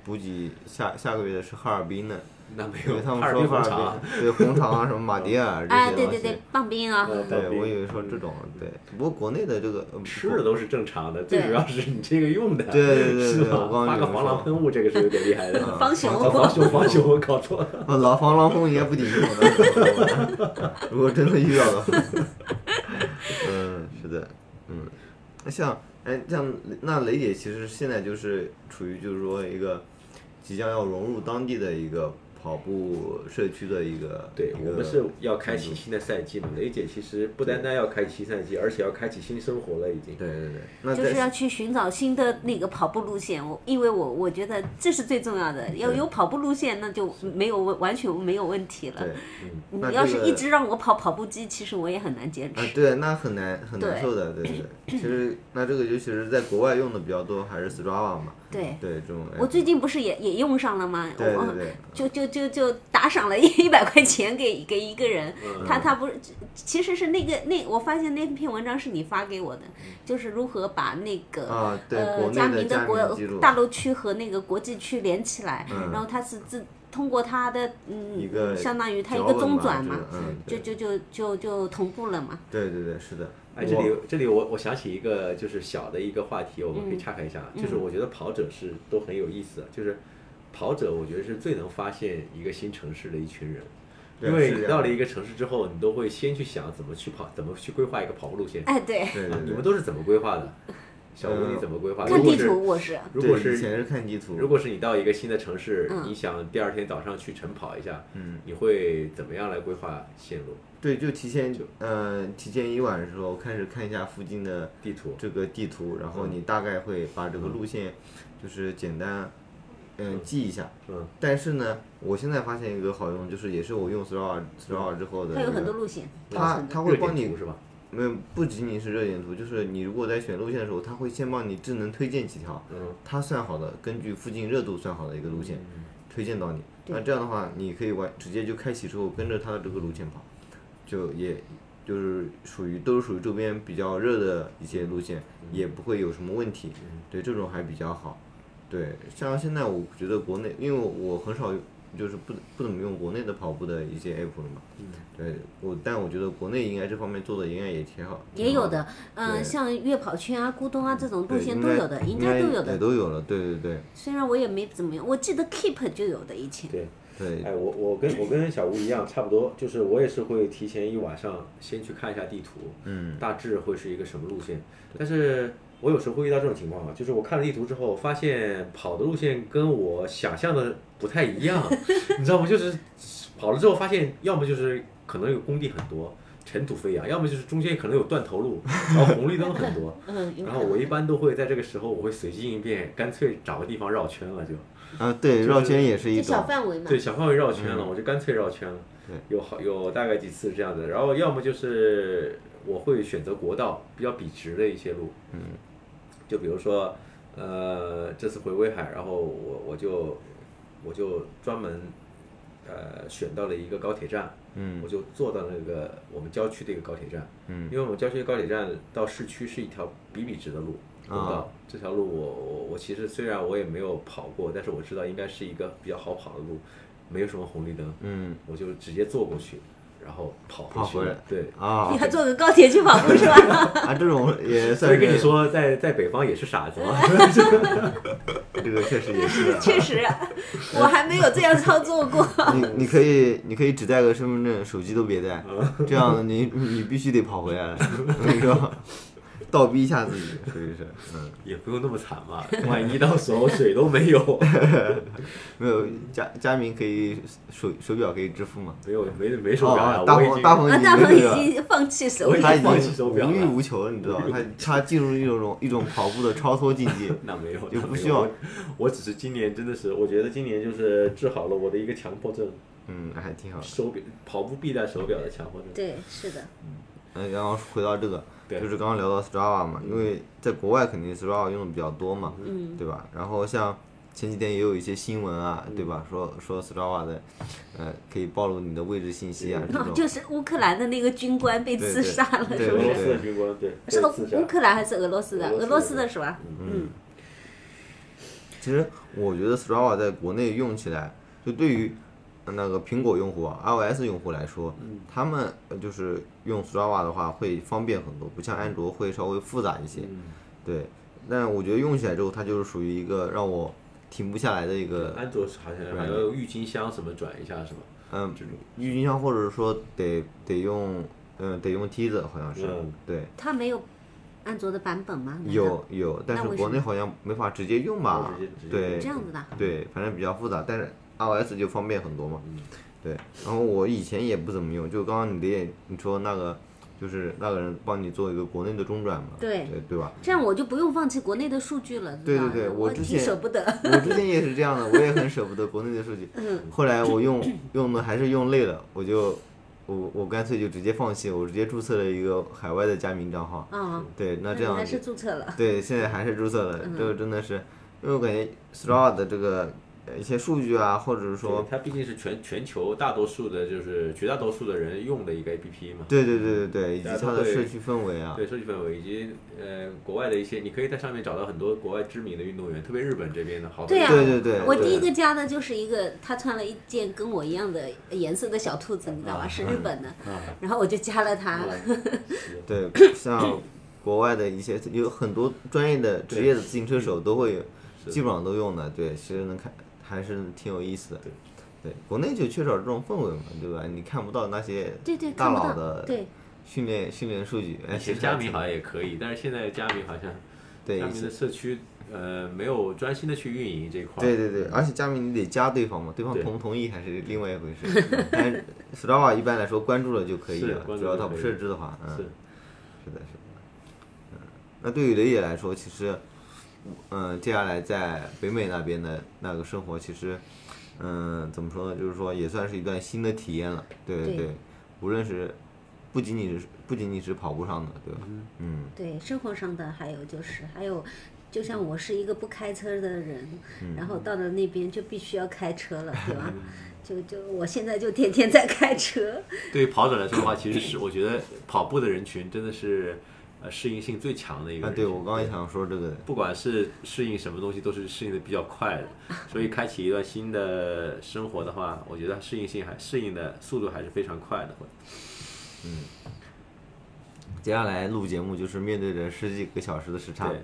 S1: 补给下下个月的是哈尔滨呢，
S3: 那没
S1: 因
S3: 有
S1: 为他，们
S3: 哈尔
S1: 说
S3: 滨
S1: 哈
S3: 红肠啊
S1: 尔。滨对红肠啊什么 马迭尔这
S2: 啊，
S1: 些
S2: 对
S1: 东
S2: 对对
S1: 西，，
S2: 棒冰啊，
S3: 嗯
S1: 对我以为说这种对，不过国内的这个呃
S3: 吃的都是正常的，最
S2: 对
S3: 主要是你这个用的，
S1: 对对对
S3: 是
S1: 对
S3: 吧
S1: 我？刚刚
S3: 发个
S1: 就
S3: 防
S1: 说
S3: 狼喷雾，这个是有点厉害的。
S2: 防熊
S3: 啊防熊，防熊，我搞错了。
S1: 呃老防狼风也不仅是我们， 如果真的遇到的话， 嗯，是的，嗯，那像哎像那雷姐其实现在就是处于就是说一个即将要融入当地的一个跑步社区的一个
S3: 对，
S1: 一
S3: 我们
S1: 个嗯
S3: 是要开启新的赛季嘛。雷姐其实不单单要开启新赛季，而且要开启新生活了，已经。
S1: 对对对，那
S2: 就是要
S1: 在
S2: 去寻找新的那个跑步路线。我因为我我觉得这是最重要的，要有跑步路线，那就没有问完全没有问题了
S1: 对。
S2: 你
S1: 那
S2: 要
S1: 这
S2: 是
S1: 个
S2: 一直让我跑跑步机，其实我也很难坚
S1: 啊
S2: 持。
S1: 对，那很难很难
S2: 对
S1: 受的，对对对，其实那这个就其实在国外用的比较多还是 Strava 嘛，
S2: 对，
S1: 对这种 app，
S2: 我最近不是也也用上了吗？
S1: 对
S2: 我
S1: 对对。
S2: 就就就就打赏了一 一百块钱给给一个人，
S1: 嗯
S2: 他他不是，其实是那个那我发现那篇文章是你发给我的，就是如何把那个、
S1: 嗯啊对国
S2: 呃
S1: 内
S2: 佳
S1: 的
S2: 明
S1: 佳明
S2: 的国
S1: 记录嗯
S2: 大陆区和那个国际区连起来，然后他是自通过他的
S1: 一个
S2: 嗯，相当于他一
S1: 脚
S2: 个
S1: 本
S2: 中转嘛，
S1: 就是嗯，
S2: 就
S1: 对
S2: 就就就就同步了嘛。
S1: 对对对，是的。
S3: 哎，这里这里我我想起一个就是小的一个话题，我
S1: 嗯
S3: 们可以岔开一下，啊就是我觉得跑者是都很有意思的，就是跑者我觉得是最能发现一个新城市的一群人。
S1: 对
S3: 因为
S1: 是这
S3: 你
S1: 样
S3: 到
S1: 的
S3: 了一个城市之后，你都会先去想怎么去跑，怎么去规划一个跑步路线。
S2: 哎，对，
S1: 对
S3: 啊
S1: 对
S3: 你
S1: 对
S3: 们，都是怎么规划的？小吴，
S1: 呃
S3: 你怎么规划？
S2: 看
S3: 如果
S2: 地
S3: 是
S2: 图我是
S3: 如果
S1: 对
S3: 是
S1: 以前是看地图，
S3: 如果是你到一个新的城市，
S2: 嗯
S3: 你想第二天早上去晨跑一下，
S1: 嗯，
S3: 你会怎么样来规划线路、
S1: 对，就提前
S3: 就
S1: 呃提前一晚的时候开始看一下附近的
S3: 地图？
S1: 这个地图，然后你大概会把这个路线就是简单嗯、记一下。
S3: 嗯，
S1: 但是呢，我现在发现一个好用，就是也是我用 Strava Strava 之后的
S2: 它有
S1: 一
S2: 很多
S1: 个，
S2: 路线，
S1: 它它会
S3: 热点
S1: 帮你
S3: 图是吧？
S1: 没有不仅仅是热点图，就是你如果在选路线的时候，它会先帮你智能推荐几条，
S3: 嗯，
S1: 它算好的，根据附近热度算好的一个路线，推荐到你。那这样的话，你可以完直接就开启之后跟着它的这个路线跑，就也就是属于都是属于周边比较热的一些路线，
S2: 嗯
S1: 也不会有什么问题。对，这种还比较好。对，像现在我觉得国内，因为我很少就是不不怎么用国内的跑步的一些 app 了嘛。
S2: 嗯
S1: 对我，但我觉得国内应该这方面做的应该也挺好。
S2: 也有的，
S1: 嗯
S2: 嗯、
S1: 对
S2: 像月跑圈啊、咕咚啊这种路
S1: 对，
S2: 线
S1: 应
S2: 都
S1: 该
S2: 有的，应
S1: 应
S2: 该都有
S1: 也
S2: 的。
S1: 都有了。对对对
S2: 虽然我也没怎么用，我记得 Keep 就有的以前。
S3: 对，
S1: 对，
S3: 哎，我我跟我跟小吴一样，差不多，就是我也是会提前一晚上先去看一下地图，
S1: 嗯，
S3: 大致会是一个什么路线。但是我有时候会遇到这种情况啊，就是我看了地图之后，发现跑的路线跟我想象的不太 一样，你知道吗？就是跑了之后发现，要么就是可能有工地很多，尘土飞扬；要么就是中间可能有断头路，然后红绿灯 很多。
S2: 嗯，有
S3: 然
S2: 可
S3: 后
S2: 能
S3: 我一般都会在这个时候，我会随机应变，干脆找个地方绕圈了就。
S1: 啊对，
S3: 是
S1: 绕圈也是一
S2: 就小
S1: 种。
S2: 范围嘛。
S3: 对，小范围绕圈了，我就干脆绕圈了。有好有大概几次这样的，然后要么就是我会选择国道比较笔直的一些路，嗯，就比如说，呃，这次回威海，然后我我就我就专门呃选到了一个高铁站，
S1: 嗯，
S3: 我就坐到那个我们郊区的一个高铁站，嗯，因为我们郊区的高铁站到市区是一条笔笔直的路。公道、
S1: 啊
S3: 这条路我，我我其实虽然我也没有跑过，但是我知道应该是一个比较好跑的路，没有什么红绿灯，
S1: 嗯
S3: 我就直接坐过去，然后跑
S1: 跑
S3: 去。
S1: 回来
S3: 对，
S1: 啊
S2: 你还坐个高铁去跑步是吧？。
S1: 啊，这种 也
S3: 所
S1: 算
S3: 以跟你
S1: 是
S3: 说，在在北方也是傻 子嘛。
S1: 这个确实也 是 啊
S2: 确实，我还没有这样操 作过。
S1: 你你可以你可以只带个身份证，手机都别带，
S3: 嗯
S1: 这样你 你必须得跑回来， 我跟你说，倒逼一下自己，属于是，嗯，
S3: 也不用那么惨嘛，万一到时候水都没有，
S1: 没有佳佳明可以手手表可以支付吗？
S3: 没有没没手
S1: 哦，
S3: 表呀，
S1: 大
S3: 我已
S1: 鹏
S3: 经
S1: 大鹏
S2: 啊，
S1: 已
S2: 大
S1: 经
S2: 鹏已
S1: 那个。
S2: 经放弃手
S3: 我
S2: 表
S1: 他
S3: 已
S1: 已
S3: 经
S1: 经
S3: 放弃手表
S1: 无欲
S3: 了
S1: 无求，你知 道，他他进入一种一种跑步的超脱境界。
S3: 那没有，
S1: 就
S3: 那
S1: 不
S3: 没有
S1: 需要
S3: 我我只是今年真的是，我觉得今年就是治好了我的一个强迫症，
S1: 嗯，还挺好。
S3: 手表跑步必戴手表的强迫症。
S2: 对，是的，
S1: 嗯，然后回到这个，
S3: 对
S1: 就是刚刚聊到 Strava 嘛，因为在国外肯定 Strava 用的比较多嘛，
S2: 嗯，
S1: 对吧？然后像前几天也有一些新闻啊，对吧？说说 Strava 的，呃，可以暴露你的位置信息啊这
S2: 哦
S1: 种。
S2: 就是乌克兰的那个军官被刺杀了，
S1: 对对
S2: 是
S3: 俄
S2: 不
S3: 罗
S2: 是？
S3: 斯的军官对，
S2: 是
S3: 被刺杀
S2: 个乌克兰还是俄罗斯的？
S3: 俄罗斯的
S2: 俄罗斯的是吧？嗯，
S1: 其实我觉得 Strava 在国内用起来，就对于那个苹果用户啊、iOS 用户来说，他们呃就是用 Strava 的话会方便很多，不像安卓会稍微复杂一些。对，但我觉得用起来之后，它就是属于一个让我停不下来的一个
S3: 安卓是好像还有郁金香什么转一下是吧？
S1: 嗯
S3: 这种，
S1: 郁金香或者说得得用，嗯，得用梯子，好像是，
S3: 嗯
S1: 对，
S2: 它没有安卓的版本吗？难道
S1: 有有，但
S2: 那
S1: 是
S2: 为什
S1: 国内
S2: 么
S1: 好像没法直接用吧
S3: 没法哦直？接
S1: 对
S2: 这，样子的。啊
S1: 对，反正比较复杂，但是 iOS 就方便很多嘛。
S3: 嗯
S1: 对，然后我以前也不怎么用，就刚刚你的也你说那个，就是那个人帮你做一个国内的中转嘛，
S2: 对
S1: 对对吧？
S2: 这样我就不用放弃国内的数据了，
S1: 对
S2: 是吧
S1: 对对
S2: 我
S1: 我之
S2: 挺
S1: 前
S2: 舍不得。
S1: 我之前也是这样的，我也很舍不得国内的数据。
S2: 嗯
S1: 后来我用用的还是用累了，我就我我干脆就直接放弃，我直接注册了一个海外的加名账号。
S2: 啊，
S1: 对，嗯那这
S2: 你
S1: 样
S2: 还是嗯注册了。
S1: 对，现在还是注册了，这个真的是，因为我感觉 Strava 的这个呃一些数据啊，或者是说，
S3: 它毕竟是全全球大多数的，就是绝大多数的人用的一个 APP 嘛。
S1: 对对对对对，以及
S3: 大家都
S1: 它的
S3: 会
S1: 社区氛围啊，
S3: 对，社区氛围以及呃国外的一些，你可以在上面找到很多国外知名的运动员，特别日本这边的好多。
S2: 对啊呀、
S1: 对对对
S2: 我第一个加的就是一个，他穿了一件跟我一样的颜色的小兔子，你知道
S1: 啊
S2: 吧？是日本的，
S1: 嗯
S2: 然后我就加了他。
S1: 对， 像国外的一些有很多专业的职业的自行车手都会有，基本上都用的。对，其实能看还是挺有意思的。
S3: 对
S1: 对，国内就缺少这种氛围嘛，对吧？你看不到那些
S2: 对对，
S1: 大
S2: 看不
S1: 佬
S2: 到。
S1: 的
S2: 对，
S1: 训练训练数据。哎，
S3: 以
S1: 其
S3: 前
S1: 实
S3: 佳
S1: 还
S3: 明
S1: 挺
S3: 好像也可以，但是现在佳明好像
S1: 对
S3: 佳
S1: 以
S3: 明
S1: 前
S3: 的社区呃没有专心的去运营这一块。
S1: 对对对，而且加密你得加对方嘛，对方
S3: 啊对
S1: 同不同意还是另外一回事。但是 Strava 一般来说关注了就可以
S3: 是
S1: 了，
S3: 关
S1: 只
S3: 注
S1: 要
S3: 就
S1: 它
S3: 可
S1: 不
S3: 以
S1: 设置的话，嗯，
S3: 是
S1: 是的，是的。嗯，那对于雷姐来说，其实，嗯，接下来在北美那边的那个生活，其实，嗯，怎么说呢？就是说，也算是一段新的体验了。对
S2: 对
S1: 对，无论是不仅仅是不仅仅是跑步上的，对吧？嗯，
S2: 对，生活上的还有就是还有就像我是一个不开车的人，
S1: 嗯
S2: 然后到了那边就必须要开车了，对吧？就就我现在就天天在开车，
S3: 对于跑者来说的话，其实是我觉得跑步的人群真的是呃适应性最强的一个
S1: 啊，
S3: 人
S1: 对
S3: 群。
S1: 我刚刚也想说这个，
S3: 不管是适应什么东西，都是适应的比较快的，所以开启一段新的生活的话，我觉得适应性还适应的速度还是非常快的。会
S1: 接下来录节目就是面对着十几个小时的时差
S3: 对，，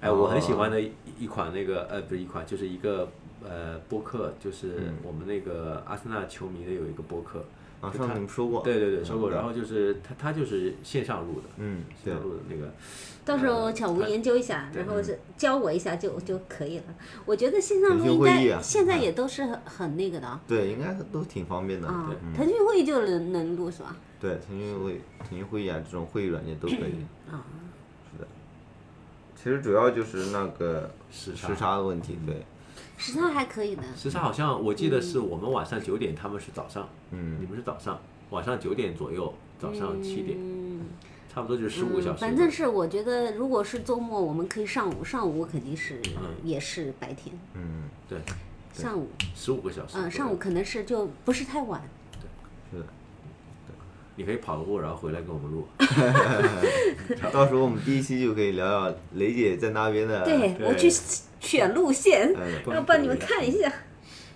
S3: 哎，我很
S1: 哦
S3: 喜欢的一一款那个呃，不是一款，就是一个呃播客，就是
S1: 嗯
S3: 我们那个阿森纳球迷的有一个播客，
S1: 啊，
S3: 就
S1: 上次
S3: 他
S1: 你们说过，
S3: 对对对，收购，
S1: 嗯
S3: 然后就是他他就是线上录的，
S1: 嗯，对
S3: 线上，录的那个，
S2: 到时候小吴
S3: 嗯
S2: 研究一下，然后是教我一下就就可以了。我觉得线上
S1: 腾
S2: 录
S1: 讯
S2: 应
S1: 会议啊
S2: 该现在
S1: 嗯
S2: 也都是很很那个的啊，
S1: 对，应该都挺方便的，
S2: 啊
S1: 对，嗯
S2: 腾讯会议就能能录是吧？
S1: 对，腾讯会、腾讯会议啊，这种会议软件都可以。
S2: 啊，
S1: 其实主要就是那个
S3: 时差
S1: 时差的问题，对，
S2: 时差还可以的，
S3: 时差好像我记得
S2: 嗯
S3: 是我们晚上九点，他们是早上，你
S1: 嗯，
S3: 们是早上，晚上九点左右，早上七点，
S2: 嗯，
S3: 差不多就是十五个小时。
S2: 反正是我觉得，如果是周末，我们可以上午，上午我肯定是、也是白天，
S1: 嗯，
S3: 嗯对，
S2: 上午，
S3: 十五个小时。
S2: 嗯、上午可能是就不是太晚，
S1: 是的。
S3: 你可以跑个步，然后回来跟我 们录。
S2: 啊
S1: 到时候我们第一期就可以聊聊雷姐在那边的。
S2: 对
S3: 呃对
S2: 我去选路线，
S1: 嗯
S2: 然后帮你们看一下，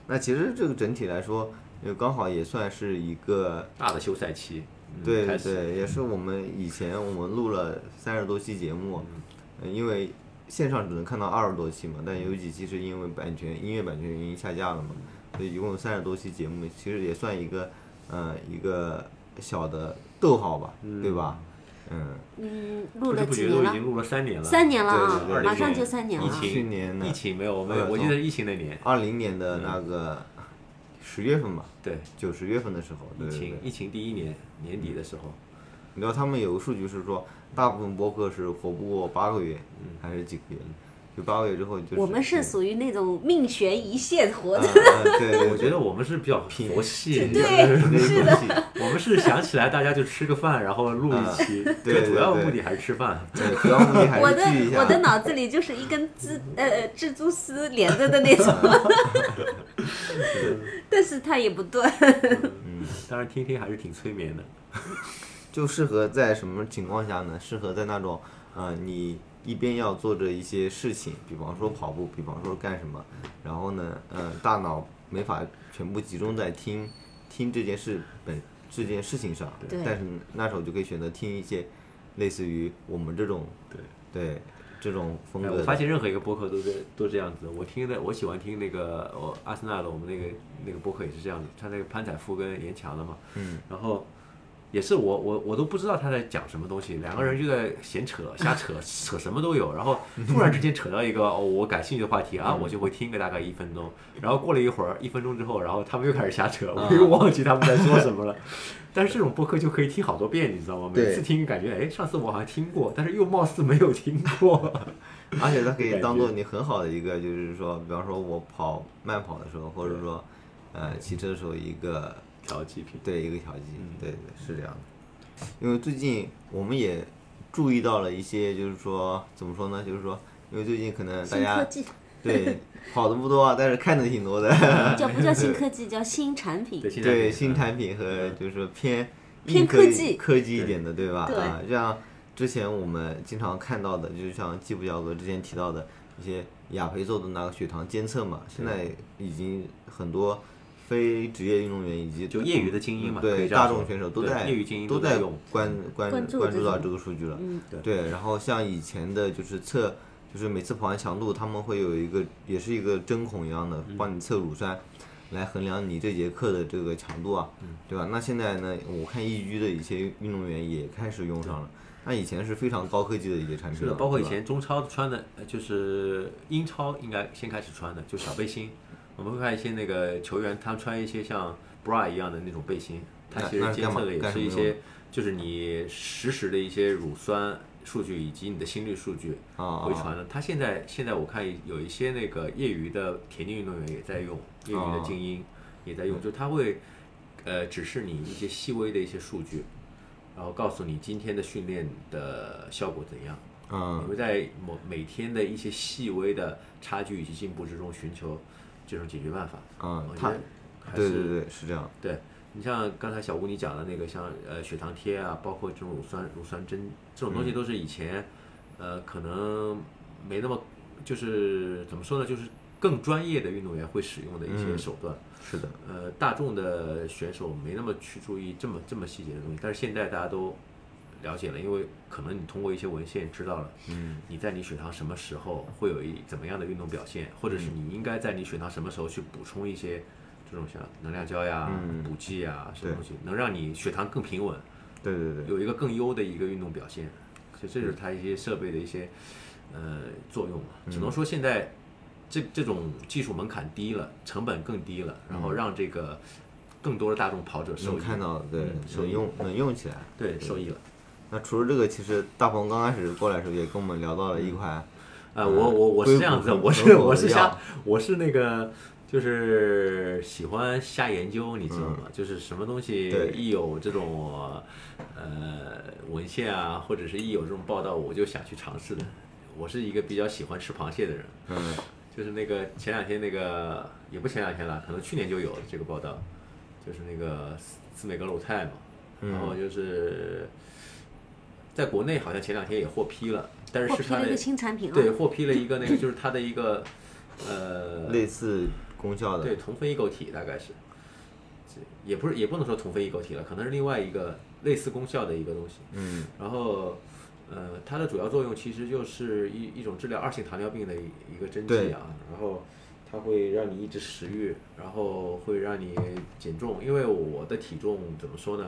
S1: 那其实这个整体来说，呃，刚好也算是一个，
S3: 大的休赛期，嗯
S1: 对
S3: 开
S1: 对
S3: 始
S1: 对，也是我们以前我们录了三十多期节目，
S3: 嗯
S1: 呃因为线上只能看到二十多期嘛，但有几期是因为版权音乐版权原因下架了嘛，所以一共有三十多期节目，其实也算一个，呃，一个小的逗号吧，对吧？嗯，
S2: 嗯，录
S3: 不知
S2: 了
S3: 不
S2: 几
S3: 觉
S2: 年
S3: 都已
S2: 了
S3: 经，录了三年了，
S2: 三年了啊
S1: 对对，对
S2: 马上就三年
S3: 疫
S2: 了啊，
S3: 情
S1: 去年的
S3: 疫情没有，没
S1: 没
S3: 有，
S1: 有
S3: 我记得是疫情那年，
S1: 二零年
S3: 嗯
S1: 的那个十月份吧，
S3: 对，
S1: 九十月份的时候，对
S3: 疫
S1: 对
S3: 情
S1: 对。
S3: 疫情第一年年底的时候，
S1: 你知道他们有个数据是说，大部分播客是活不过八个月，
S3: 嗯
S1: 还是几个月？就八个月之后就是
S2: 我们是属于那种命悬一线活
S3: 啊
S1: 嗯
S2: 的，
S1: 嗯对对，
S3: 我觉得我们是比较佛系，
S2: 对
S1: 是的，
S3: 我们是想起来大家就吃个饭，然后录一期，
S1: 嗯对
S3: 最
S1: 对
S3: 主要
S1: 对
S3: 目的还是吃饭。
S1: 对，主要目的还
S2: 我
S1: 是
S2: 的
S1: 聚一下。
S2: 我的脑子里就是一 根蜘呃蜘蛛丝连着的那种， 但是它也不断。
S1: 嗯
S3: 当然，听听还是挺催眠的。
S1: 就适合在什么情况下呢？适合在那种，呃，你一边要做着一些事情，比方说跑步，比方说干什么，然后呢，呃，大脑没法全部集中在听听这件事本这件事情上，
S2: 对
S1: 但是那时候就可以选择听一些类似于我们这种
S3: 对，
S1: 对这种风
S3: 哎
S1: 格
S3: 我
S1: 的，
S3: 发现任何一个播客都是都这样子。我听的，我喜欢听那个我阿森纳的，我们那个那个播客也是这样子。他那个潘采夫跟严强的嘛，
S1: 嗯，
S3: 然后也是我我我都不知道他在讲什么东西，两个人就在闲扯瞎扯，扯什么都有。然后突然之间扯到一个、哦、我感兴趣的话题啊，我就会听个大概一分钟。然后过了一会儿，一分钟之后，然后他们又开始瞎扯，
S1: 啊
S3: 我又忘记他们在说什么了。但是这种播客就可以听好多遍，你知道吗？每
S1: 对
S3: 次听感觉哎，上次我好像听过，但是又貌似没有听过。
S1: 而且它可以
S3: 感
S1: 当
S3: 觉
S1: 做你很好的一个，就是说，比方说我跑慢跑的时候，或者说，呃，骑车的时候一个
S3: 调剂品，
S1: 对，一个调剂，
S3: 嗯
S1: 对对是这样的。因为最近我们也注意到了一些，就是说怎么说呢，就是说，因为最近可能大
S2: 新科
S1: 家
S2: 技
S1: 对跑的不多啊，但是看的挺 多的，
S2: 叫不叫新科技？叫新产品。
S3: 对
S1: 对新
S3: 态。
S1: 产品和就是说偏
S2: 偏
S1: 硬
S2: 科
S1: 技
S2: 技
S1: 科技一点的，对吧？
S2: 对
S1: 啊，像之前我们经常看到的，就像季布教哥之前提到的一些雅培做的那个血糖监测嘛，现在已经很多非职业运动员以及
S3: 就业余的精英嘛，可
S1: 嗯对
S3: 以这样
S1: 大
S3: 说
S1: 众选手都
S3: 对
S1: 在
S3: 业余精英
S1: 都
S3: 在
S1: 在
S3: 用，嗯
S1: 关关
S2: 关注
S1: 关注
S2: 这
S1: 到
S2: 种
S1: 这个数据了。
S2: 嗯，
S3: 对
S1: 对，然后像以前的就是测，就是每次跑完强度，他们会有一个也是一个针孔一样的，
S3: 嗯
S1: 帮你测乳酸，来衡量你这节课的这个强度啊，
S3: 嗯
S1: 对吧？那现在呢，我看易居的一些运动员也开始用上了，那以前是非常高科技的一些产品
S3: 是
S1: 了，
S3: 的，包括以
S1: 对吧
S3: 前中超穿的，呃就是英超应该先开始穿的，就小背心。我们会看一些那个球员，他穿一些像 bra 一样的那种背心，它
S1: 那
S3: 其实
S1: 那是
S3: 监
S1: 干嘛
S3: 测的也
S1: 干
S3: 是
S1: 什么
S3: 一
S1: 用的
S3: 些，就是你实时的一些乳酸数据以及你的心率数据
S1: 啊
S3: 回传的。他现在现在我看有一些那个业余的田径运动员也在用，业余的
S1: 啊嗯
S3: 精英也在用，就他会呃指示你一些细微的一些数据，然后告诉你今天的训练的效果怎样。
S1: 嗯
S3: 你会在某每天的一些细微的差距以及进步之中寻求这种解决办法。
S1: 嗯
S3: 我，觉
S1: 他
S3: 得还
S1: 对
S3: 是
S1: 对对是这样，
S3: 对你像刚才小吴你讲的那个，像呃血糖贴啊，包括这种乳酸乳酸针这种东西，都是以前、呃可能没那么就是怎么说呢，就是更专业的运动员会使用的一些
S1: 嗯
S3: 手段。
S1: 是的，
S3: 呃，大众的选手没那么去注意这么这么细节的东西，但是现在大家都了解了，因为可能你通过一些文献知道了，
S1: 嗯，
S3: 你在你血糖什么时候会有一怎么样的运动表现，或者是你应该在你血糖什么时候去补充一些这种像能量胶呀、
S1: 嗯
S3: 补剂呀什
S1: 对
S3: 么东西，能让你血糖更平稳，
S1: 对对对，
S3: 有一个更优的一个运动表现。所以这就是它一些设备的一些呃作用嘛，
S1: 嗯
S3: 只能说现在这这种技术门槛低了，成本更低了，然后让这个更多的大众跑者
S1: 嗯
S3: 受
S1: 能
S3: 益，
S1: 看到对
S3: 嗯受
S1: 能
S3: 益
S1: 用能用起来。
S3: 对受益了。
S1: 那除了这个，其实大鹏刚开始过来的时候也跟我们聊到了一款，
S3: 啊，我我我是这样子，
S1: 硅谷硅
S3: 我是
S1: 谷
S3: 我是
S1: 的
S3: 瞎
S1: 药，
S3: 我是那个就是喜欢瞎研究，你知道吗？就是什么东西
S1: 嗯对
S3: 一有这种呃文献啊，或者是一有这种报道，我就想去尝试的。我是一个比较喜欢吃螃蟹的人，
S1: 嗯
S3: 就是那个前两天那个也不前两天了，可能去年就有这个报道，就是那个斯斯美格鲁肽嘛，然后
S1: 嗯，
S3: 就是在国内好像前两天也获批了，但是
S2: 获
S3: 是
S2: 批
S3: 它
S2: 了一
S3: 的
S2: 个新产品
S3: 对
S2: 啊，
S3: 获批了一个那个就是它的一个呃
S1: 类似功效
S3: 对
S1: 的，
S3: 同分异构体大概是，这也不是也不能说同分异构体了，可能是另外一个类似功效的一个东西。
S1: 嗯
S3: 然后，呃，它的主要作用其实就是一一种治疗二型糖尿病的一一个针剂
S1: 对
S3: 啊。然后，它会让你抑制食欲，然后会让你减重。因为我的体重怎么说呢，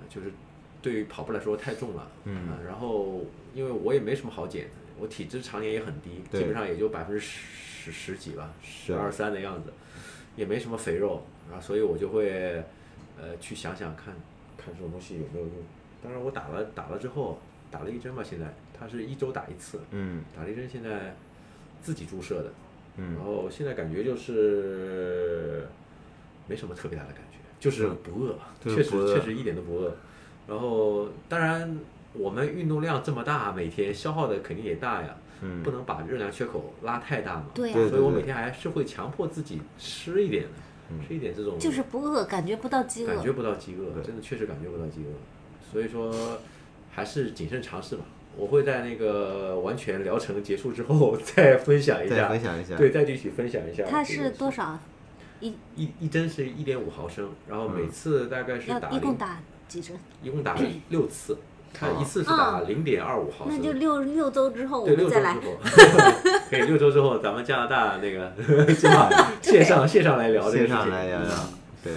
S3: 呃就是对于跑步来说太重了，
S1: 嗯
S3: 啊然后因为我也没什么好减的，我体脂常年也很低，
S1: 对
S3: 基本上也就百分之十十几吧，十
S1: 对
S3: 二三的样子，也没什么肥肉，啊，所以我就会呃去想想看看这种东西有没有用。当然我打了打了之后打了一针吧，现在它是一周打一次，
S1: 嗯
S3: 打了一针现在自己注射的，然
S1: 嗯，
S3: 后现在感觉就是没什么特别大的感觉，就是不饿，
S1: 嗯对
S3: 确实
S1: 不饿
S3: 确实一点都不饿。然后当然我们运动量这么大，每天消耗的肯定也大呀，
S1: 嗯
S3: 不能把热量缺口拉太大嘛。
S2: 对呀
S1: 对
S3: 所以我每天还是会强迫自己吃一点的，
S1: 嗯
S3: 吃一点这种
S2: 就是不饿，感觉不到饥
S3: 感觉
S2: 饿。
S3: 不到饥饿，
S1: 对
S3: 真的确实感觉不到饥饿，所以说还是谨慎尝试吧。我会在那个完全疗程结束之后 再分享一
S1: 再
S3: 下，
S1: 分享一下，
S3: 对，再具体分享一下。
S2: 它是多？少？一
S3: 一一针是一点五毫升，然后
S1: 嗯
S3: 每次大概是
S2: 要
S3: 打
S2: 一共
S3: 零
S2: 打几针？
S3: 一共打了六 次，它
S1: 哦
S3: 一次是打零点二五毫
S2: 嗯那就
S3: 升。
S2: 六六周之后我
S3: 对，
S2: 们
S3: 六周
S2: 再
S3: 之
S2: 来。
S3: 后，可以六周之后，咱们加拿大那个 是吧？线上线上来聊这个
S1: 线
S3: 事情，嗯
S1: 上来聊聊，对，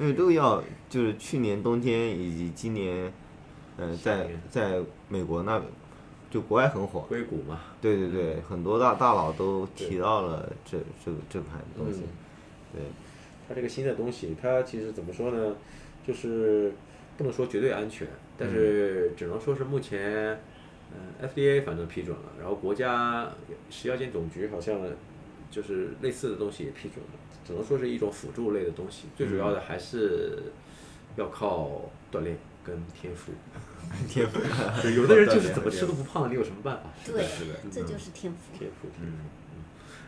S1: 因为这个药就是去年冬天以及今年，呃，
S3: 夏
S1: 在
S3: 天
S1: 在美国那，就国外很火，
S3: 硅谷嘛，
S1: 对对对，
S3: 嗯
S1: 很多大大佬都提到了这这个这款东西，嗯对，
S3: 它这个新的东西，它其实怎么说呢，就是不能说绝对安全，但是
S1: 嗯
S3: 只能说是目前，嗯，FDA 反正批准了，然后国家食药监总局好像就是类似的东西也批准了，只能说是一种辅助类的东西，最主要的
S1: 嗯
S3: 还是要靠锻炼跟 天赋。嗯
S1: 天赋，
S3: 对有的人就是怎么吃都不胖，你有什么办法？
S2: 对
S1: 是的，
S2: 这就是天赋。
S3: 天赋，天赋。
S1: 嗯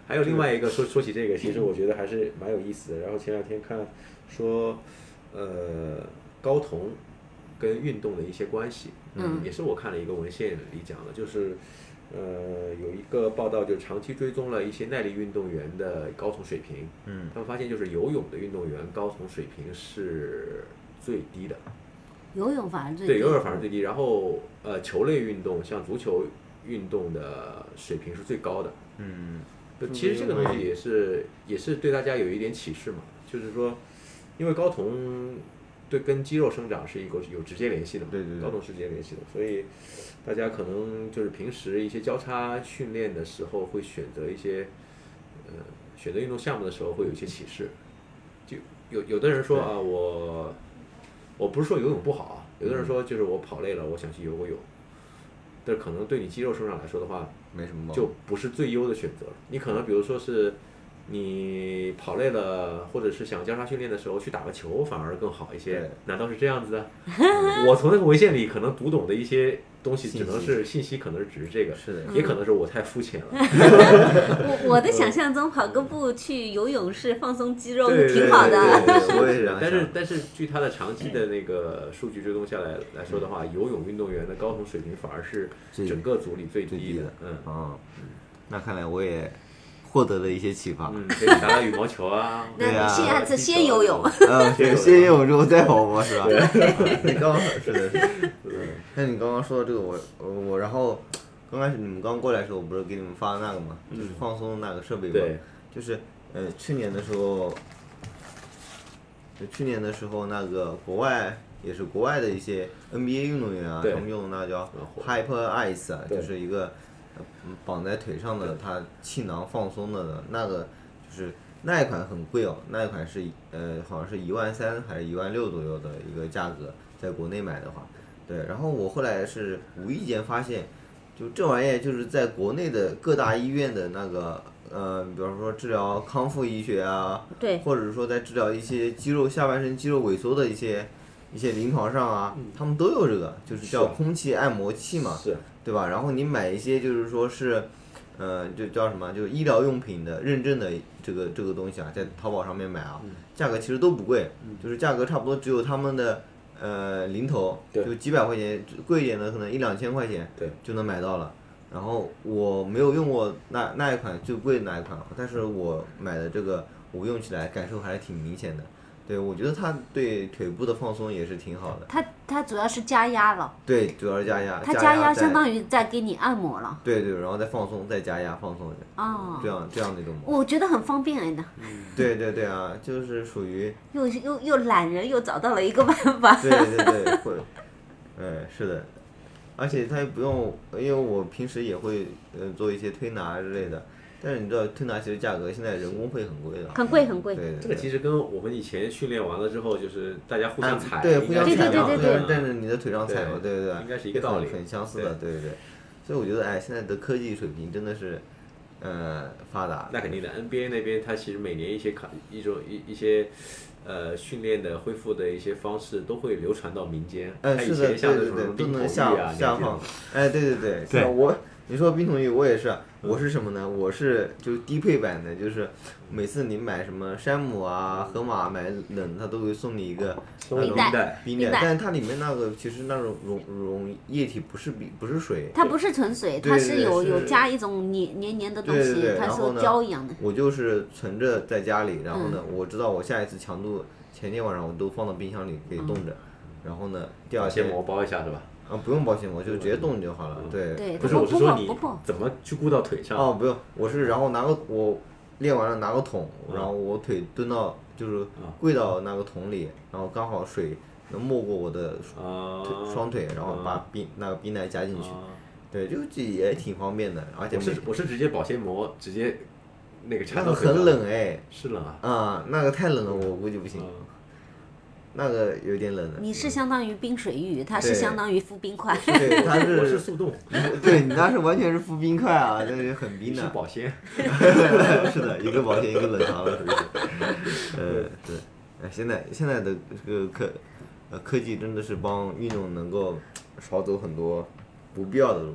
S3: 还有另外一个说说起
S2: 嗯
S3: 这个，其实我觉得还是蛮有意思的。然后前两天看说，呃，睾酮跟运动的一些关系，
S2: 嗯
S3: 也是我看了一个文献里讲的，就是呃有一个报道，就长期追踪了一些耐力运动员的睾酮水平，
S1: 嗯
S3: 他们发现就是游泳的运动员睾酮水平是最低的，
S2: 游泳反而最
S3: 对，
S2: 低嗯
S3: 游泳反而最低。然后呃，球类运动像足球运动的水平是最高的。
S1: 嗯
S3: 对其实这个东西也是也是对大家有一点启示嘛，就是说，因为睾酮对跟肌肉生长是一个有直接联系的嘛，
S1: 对对对
S3: 睾酮是直接联系的，所以大家可能就是平时一些交叉训练的时候会选择一些，呃，选择运动项目的时候会有一些启示，就有有的人说
S1: 对
S3: 啊，我我不是说游泳不好啊，有
S1: 嗯
S3: 的人说就是我跑累了，我想去游个泳，但是可能对你肌肉生长来说的话，
S1: 嗯没什么毛病，
S3: 就不是最优的选择了。你可能比如说是，你跑累了，或者是想交叉训练的时候去打个球反而更好一些
S1: 对。
S3: 难道是这样子 的？我从那个文献里可能读懂的一些东西，
S1: 信息
S3: 只能是信息，可能是只是这个，
S1: 是的嗯
S3: 也可能是我太肤浅了。
S2: 我
S3: 嗯
S2: 我的想象中跑个步去游泳是放松肌肉，
S3: 对对
S2: 挺好
S1: 对对
S2: 的。。
S1: 对对我也是这样想
S3: 但是但是据他的长期的那个数据追踪下来来说的
S1: 嗯
S3: 话，游泳运动员的高同水平反而是
S1: 最
S3: 整个组里最
S1: 最
S3: 低
S1: 低的
S3: 的。嗯，
S1: 嗯，那看来我也获得了一些启发。
S3: 嗯，可以打打羽毛球啊
S2: 那
S1: 对啊
S2: 你下次先
S3: 踢球啊
S2: 游泳，
S1: 嗯，是先有之后再跑步是吧？ 嗯你刚刚是的，是的。那你刚刚说到这个，我我我然后刚开始你们刚过来的时候，我不是给你们发那个嘛，就是放松的那个设备嘛
S3: 对，
S1: 就是呃去年的时候，就去年的时候那个国外。也是国外的一些 NBA 运动员啊，
S3: 对
S1: 他们用的那叫
S3: 火
S1: Hyper Ice 啊，
S3: 对
S1: 就是一个呃绑在腿上的，它气囊放松的呢那个就是那一款很贵哦，那一款是呃好像是一万三还是一万六左右的一个价格，在国内买的话，对。然后我后来是无意间发现，就这玩意儿就是在国内的各大医院的那个呃，比方说治疗康复医学啊，
S2: 对
S1: 或者是说在治疗一些肌肉下半身肌肉萎缩的一些。一些临床上啊，他们都有这个，就是
S3: 是
S1: 叫
S3: 啊
S1: 空气按摩器嘛。
S3: 是，
S1: 对吧？然后你买一些就是说是，呃，就叫什么，就是医疗用品的认证的这个这个东西啊，在淘宝上面买
S3: 嗯
S1: 啊，价格其实都不贵，就是价格差不多只有他们的呃零头，
S3: 对
S1: 就几百块钱，贵一点的可能一两千块钱，
S3: 对，
S1: 就能买到了。然后我没有用过那那一款最贵的那一款，但是我买的这个我用起来感受还是挺明显的。对，我觉得它对腿部的放松也是挺好的。
S2: 它它主要是加压了，
S1: 对，主要是加压，
S2: 它加
S1: 压
S2: 压相
S1: 在
S2: 当于在给你按摩了
S1: 对对，然后再放松，再加压放松一下，
S2: 哦
S1: 这。样这样的一种模式。
S2: 我觉得很方便哎呢，
S1: 对对对啊，就是属于
S2: 又又又懒人又找到了一个办法。
S1: 对对 对会，嗯是的，而且它也不用，因为我平时也会呃做一些推拿之类的，但是你知道推拿其实价格现在人工会很贵的，
S2: 很贵很贵
S1: 对对对，
S3: 这个其实跟我们以前训练完了之后，就是大家互
S1: 按
S3: 相踩，
S1: 嗯对
S3: 应
S1: 互
S3: 该
S1: 相
S3: 是
S1: 踩
S3: 一样
S1: 嘛，
S3: 的嗯
S2: 对对
S1: 对
S2: 对
S1: 但是你的腿上踩
S3: 对
S1: 嘛，对对对，
S3: 应该是一个道理
S1: 很很相似的，对对对，所以我觉得哎，现在的科技水平真的是，呃发达，
S3: 那肯定的，NBA 那边它其实每年一些卡一种一一些呃训练的恢复的一些方式都会流传到民间。
S1: 嗯，
S3: 它
S1: 是
S3: 以
S1: 的，对
S3: 前像那
S1: 对对
S3: 种，
S1: 都
S3: 冰桶
S1: 能
S3: 浴
S1: 下、下
S3: 啊，你记得
S1: 放
S3: 吗。
S1: 哎，对对对，是
S3: 对嗯
S1: 啊我你说冰桶浴，我也是，我是什么呢？我是就是低配版的，就是每次你买什么山姆啊、盒马买冷的，它都会送你一个
S3: 送
S1: 那
S3: 你
S1: 种
S3: 冰袋
S1: 冰
S2: 冰
S1: 袋
S2: 袋，
S1: 但是它里面那个其实那种溶溶液体不是冰，不是水，
S2: 它不是纯水，
S1: 对
S2: 它
S1: 对
S2: 是
S1: 对
S2: 有
S1: 是
S2: 有加一种黏黏黏的东
S1: 对对对
S2: 西，它
S1: 然
S2: 是
S1: 后呢
S2: 胶一样的。
S1: 我就是存着在家里，然后呢，
S2: 嗯
S1: 我知道我下一次强度，前天晚上我都放到冰箱里给
S2: 嗯
S1: 冻着，然后呢，第二
S3: 保鲜
S1: 天
S3: 膜嗯包一下是吧？
S1: 啊不用保鲜膜，就直接冻就好了，对
S2: 对
S3: 不是，
S2: 它
S3: 我
S2: 不
S3: 是说
S2: 破
S3: 你
S2: 不破
S3: 怎么去顾到腿上？
S1: 哦，不用，我是然后拿个我练完了拿个桶，然后我腿蹲到就是
S3: 啊
S1: 跪到那个桶里，然后刚好水能没过我的
S3: 啊，
S1: 腿双腿，然后把冰那个冰奶加进去，
S3: 啊
S1: 对，就这也挺方便的，而且
S3: 我
S1: 没
S3: 是我是直接保鲜膜直接那个插
S1: 那
S3: 到
S1: 个
S3: 腿上
S1: 很，冷哎，
S3: 是冷啊，
S1: 啊，那个太冷了，我估计不行，
S3: 嗯
S1: 那个有点冷的。
S2: 你是相当于冰水浴，它是
S1: 对
S2: 相当于敷冰块。
S1: 对，它
S3: 我
S1: 是
S3: 是，速冻，
S1: 对你那是完全是敷冰块啊，那是很
S3: 你
S1: 冰
S3: 是
S1: 的。
S3: 保鲜，
S1: 是的，一个保险，一个冷藏了，属于是。呃，对，哎，现在现在的这个科，呃，科技真的是帮运动能够少走很多不必要的路。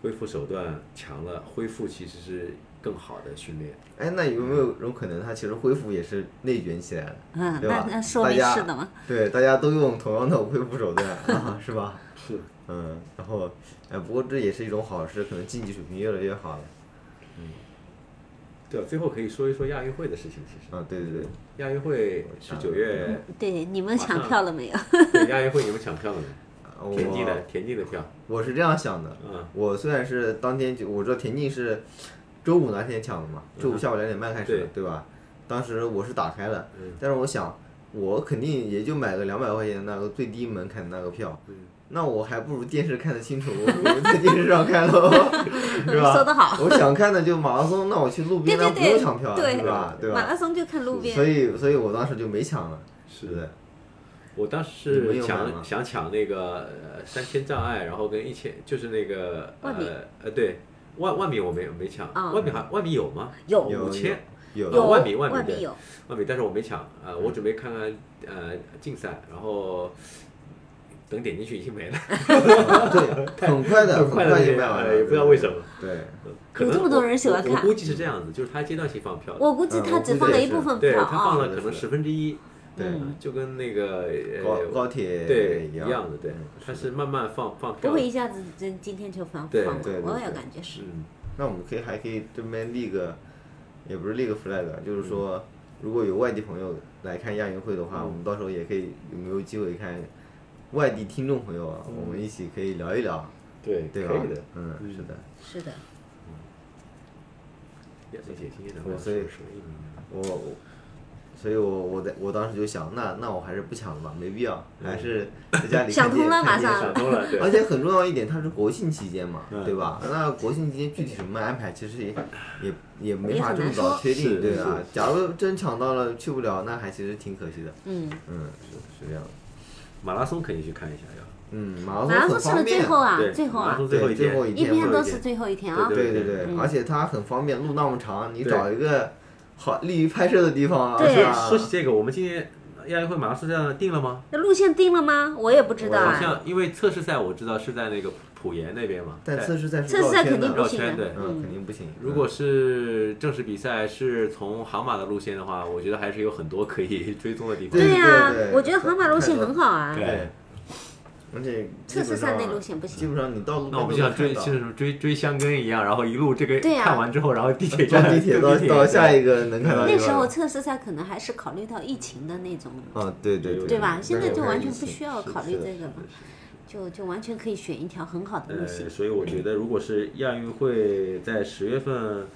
S3: 恢复手段强了，恢复其实是更好的训练。
S1: 哎，那有没有种可能，它其实恢复也是内卷起来了，
S2: 嗯，
S1: 对
S2: 那
S1: 吧？
S2: 那说
S1: 大
S2: 明
S1: 家
S2: 是的嘛。
S1: 对，大家都用同样的恢复手段， 啊、是吧？
S3: 是，
S1: 嗯，然后，哎，不过这也是一种好事，可能竞技水平越来越好了。
S3: 对啊，最后可以说一说亚运会的事情。其实，
S1: 啊，对对对，
S3: 亚运会是九月，
S2: 对，你们抢票了没有？
S3: 对亚运会你们抢票 了没？田径的
S1: 我
S3: 田径的票，
S1: 我是这样想的，
S3: 嗯，
S1: 我虽然是当天就我知道田径是周五那天抢的嘛，周五下午两点半开始的，
S3: 嗯对
S1: 对吧？当时我是打开了，
S3: 嗯
S1: 但是我想我肯定也就买个两百块钱那个最低门槛的那个票，
S3: 嗯
S1: 那我还不如电视看得清楚，我我在电视上看 喽，是吧？
S2: 说得好
S1: 我想看的就马拉松，那我去路边那
S2: 对
S1: 不
S2: 对
S1: 用
S2: 对
S1: 抢票了，
S2: 对
S1: 是吧？对
S2: 马
S1: 吧？
S2: 拉松就看路边
S1: 所。以，所以我当时就没抢了，是的，
S3: 我当
S1: 你们
S3: 时
S1: 有买吗
S3: 想想抢那个呃三千障碍，然后跟一千就是那个
S2: 万米
S3: 呃呃对万万米我没没抢，
S2: 啊
S3: 万米还万米有吗？
S2: 有
S1: 有
S3: 五千
S1: 有
S3: 呃
S2: 有
S3: 万米万米
S2: 万
S3: 对
S2: 米有，
S3: 万米，但是我没抢，呃，我准备看看呃竞赛，然后等点进去已经没了，
S1: 对，很快 的，很
S3: 快乐
S1: 快
S3: 地
S1: 就卖完了，
S3: 也不知道为什么，
S1: 对。
S3: 可
S2: 有
S3: 能
S2: 这么多
S3: 我
S2: 人喜欢
S3: 我我
S2: 看
S3: 估计是这样子，就是他阶段性放票的，
S2: 我估计
S1: 嗯
S2: 他
S1: 我
S2: 只
S1: 估
S2: 放
S1: 计
S2: 了
S1: 也
S2: 一部
S1: 是
S2: 分
S3: 对
S2: 票
S3: 他放
S2: 啊，
S3: 了可能十分之一，
S1: 对
S2: 嗯，
S3: 就跟那个
S1: 高
S3: 呃
S1: 高铁
S3: 对
S1: 一
S3: 一样的，对
S1: 嗯，
S3: 它是慢慢放放
S2: 不
S3: 票的
S2: 会，一下子今今天就放
S3: 对
S2: 放
S1: 对
S2: 了，
S1: 对
S2: 我也
S1: 对
S2: 感觉是，
S3: 嗯，
S1: 那我们可以还可以这边立个，也不是立个 flag，就是说，如果有外地朋友来看亚运会的话，
S3: 嗯
S1: 我们到时候也可以有没有机会看外地听众朋友啊，
S3: 嗯
S1: 我们一起可以聊一聊，
S3: 对，
S1: 对吧
S3: 可以的，？
S1: 嗯，
S3: 嗯
S1: 是的。
S2: 是的，
S3: 也是解禁的，
S1: 我所以
S3: 是一年
S1: 我，我所以我我在我当时就想，那那我还是不抢了吧，没必要，
S3: 嗯
S1: 还是在家里
S2: 想
S1: 看电
S2: 通了
S1: 看电
S2: 马
S1: 视
S2: 上
S3: 想通了，
S1: 而
S3: 对，
S1: 且很重要一点，它是国庆期间嘛，
S3: 嗯
S1: 对吧？那国庆期间具体什么安排，其实也也也没
S2: 也
S1: 法
S2: 很
S1: 这么
S2: 难
S1: 早
S2: 说
S1: 确定，
S3: 是
S1: 对
S3: 是
S1: 啊。假如真抢到了去不了，那还其实挺可惜的。
S2: 嗯，
S1: 嗯，是是这样的。
S3: 马拉松肯定去看一下要。
S1: 嗯，马
S2: 马拉
S1: 拉
S2: 松
S1: 很
S2: 是
S1: 方
S2: 不是
S1: 便，
S2: 最后啊
S3: 对，？
S2: 最后
S3: 马拉
S2: 啊
S3: 松，
S1: 对
S3: 最后
S1: 最后
S3: 一
S1: 一
S2: 一
S1: 天
S2: 般
S1: 会
S3: 会
S2: 都
S3: 有一
S2: 是
S3: 天
S2: 最后一天
S3: 对
S2: 啊，
S1: 对对对，
S2: 嗯
S1: 而且它很方便，路那么长，你
S3: 对
S1: 找一个好利于拍摄的地方啊，
S2: 对
S1: 是吧？
S3: 哎说起这个，我们今年亚运会马拉松这样定了吗？
S2: 那路线定了吗？我也不知道
S1: 我
S3: 好
S2: 哎，
S3: 像因为测试赛我知道是在那个浦沿那边嘛，
S1: 但
S3: 在
S1: 测试赛是
S2: 测试
S1: 绕
S2: 赛
S1: 圈
S2: 肯定
S1: 的
S2: 不
S3: 绕
S2: 行啊
S3: 圈对
S2: 的，
S1: 嗯，肯定不行。
S3: 哎如果是正式比赛是从杭马的路线的话，我觉得还是有很多可以追踪的地方。哎
S1: 对
S2: 对呀
S1: 对对，
S2: 我觉得杭马路线很好啊，
S3: 对
S1: 对，而且基
S2: 测试
S1: 本
S2: 赛
S1: 上
S2: 那路线不行
S1: 基本上你到路
S3: 那我们
S1: 边
S3: 就
S1: 都能看
S3: 像追
S1: 到
S3: 是什么追追香根一样，然后一路这个
S2: 对啊
S3: 看完之后，然后地铁
S1: 坐
S3: 站
S1: 地铁到到下一个能看到
S2: 那时候测试赛可能还是考虑到疫情的那种，
S1: 啊，对对
S3: 对
S2: 对吧？
S1: 那
S2: 现在
S1: 个
S2: 就
S1: 还
S2: 完
S1: 是
S2: 全
S1: 疫
S2: 不
S1: 情
S2: 需要
S1: 是
S2: 考虑
S1: 是的
S2: 这个了，就就完全可以选一条很好的路
S3: 呃，
S2: 线。
S3: 所以我觉得如果是亚运会在十月份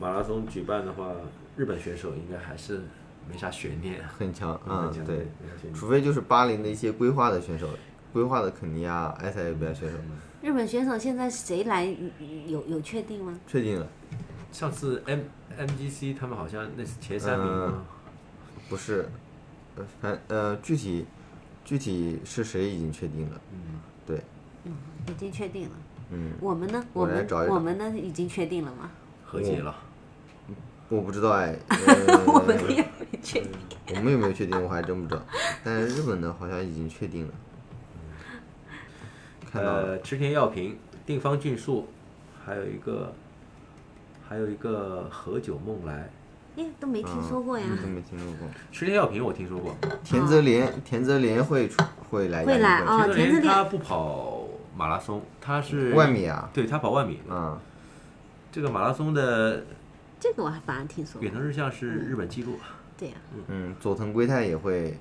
S3: 马拉松举办的话，日本选手应该还是没啥悬念。
S1: 很强啊
S3: 很强，嗯
S1: 对，，
S3: 没啥悬念
S1: 除非就是巴林的一些规划的选手，规划的肯尼亚、埃塞俄比亚选手
S2: 日本选手现在谁来嗯嗯有有确定吗？
S1: 确定了，
S3: 上次 M MGC 他们好像那是前三名
S1: 嗯
S3: 吗？
S1: 不是，呃反呃具体具体是谁已经确定了，
S3: 嗯，
S1: 对，
S2: 嗯，已经确定了。
S1: 嗯，
S2: 我们呢？
S1: 我
S2: 我
S1: 来
S2: 们
S1: 找一找
S2: 我们呢？已经确定了吗？
S3: 和解
S1: 嗯
S3: 了。
S1: 我不知道哎，呃
S2: 我们也没确定。
S1: 我们有没有确定我还真不知道，但是日本的好像已经确定了，看到了，
S3: 呃，池田耀平、定方俊树，还有一个，还有一个何九梦来。
S2: 哎，都没
S1: 嗯
S2: 听说过呀。
S1: 都没听说过。
S3: 池田耀平我听说过，
S1: 田泽廉，田泽廉会出会来亚运
S2: 嗯会来哦
S3: 田
S2: 田
S3: 泽
S2: 泽
S3: 廉
S2: 廉
S3: 他不跑马拉松，他是
S1: 万米啊，
S3: 对他跑万
S2: 哦
S3: 米。
S1: 啊，
S3: 这个马拉松的
S2: 这个我还反而听说过
S3: 远。程日向是日本纪录，
S2: 对啊呀、
S1: 嗯，佐藤圭太也会，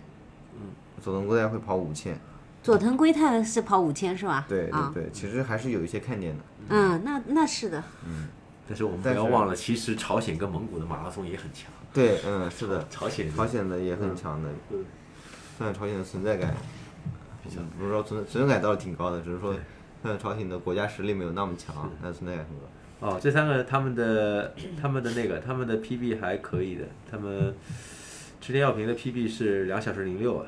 S1: 嗯佐藤圭太会跑五千，
S2: 佐藤圭太是跑五千是吧？
S1: 对对
S2: 啊，
S1: 对，其实还是有一些看点的，
S2: 嗯，那那是的，
S3: 但是我们不
S1: 但是
S3: 要忘了，其实朝鲜跟蒙古的马拉松也很强。
S1: 对，嗯，是的，
S3: 朝鲜
S1: 朝鲜的也很强的，
S3: 嗯
S1: 算朝鲜的存在感，嗯不是说存存在感倒是挺高的，只是说算朝鲜的国家实力没有那么强，但存在感很高。
S3: 哦，这三个他们的他们的那个他们的 PB 还可以的，他们池田耀平的 PB 是两小时零六啊，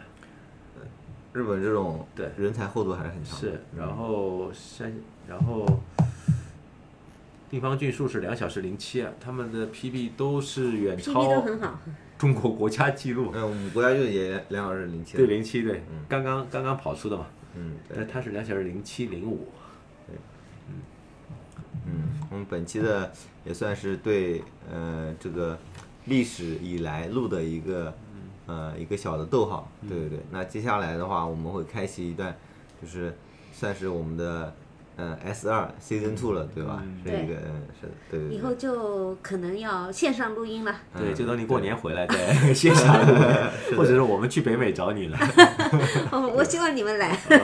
S1: 日本这种
S3: 对
S1: 人才厚度还是很强的，嗯
S3: 是，然后山然后地方俊树是两小时零七啊，他们的 PB 都是远
S2: PB
S3: 超
S2: 都很好。
S3: 中国国家纪录，
S1: 嗯，我们国家队也两小时零七，
S3: 对零七对，刚刚刚刚跑出的嘛，
S1: 嗯，对
S3: 但他是两小时零七零五，
S1: 嗯，我们本期的也算是对呃这个历史以来录的一个呃一个小的逗号，对对对。那接下来的话，我们会开启一段，就是算是我们的呃 S 二 Season Two 了，对吧？是一个嗯是的，对对对。
S2: 以后就可能要线上录音 了，
S3: 对，就等你过年回来再线下录， 或者是我们去北美找你了。
S2: 哦，我希望你们来。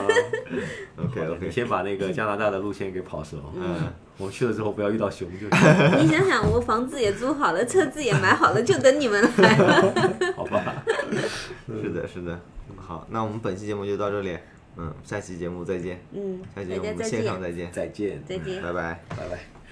S1: OK
S3: 你
S1: OK，
S3: 先把那个加拿大的路线给跑熟。
S1: 嗯，
S3: 我去了之后不要遇到熊就行。
S2: 你想想，我房子也租好了，车子也买好了，就等你们来 了。
S3: 好吧？
S1: 是的，是的。好，那我们本期节目就到这里，嗯，下期节目再见，
S2: 嗯，
S1: 下期
S2: 大
S1: 节目
S2: 家
S1: 我们
S2: 再
S1: 线上
S2: 见，
S1: 再见，
S3: 再见，
S2: 再见
S1: 拜。拜。
S3: 拜拜。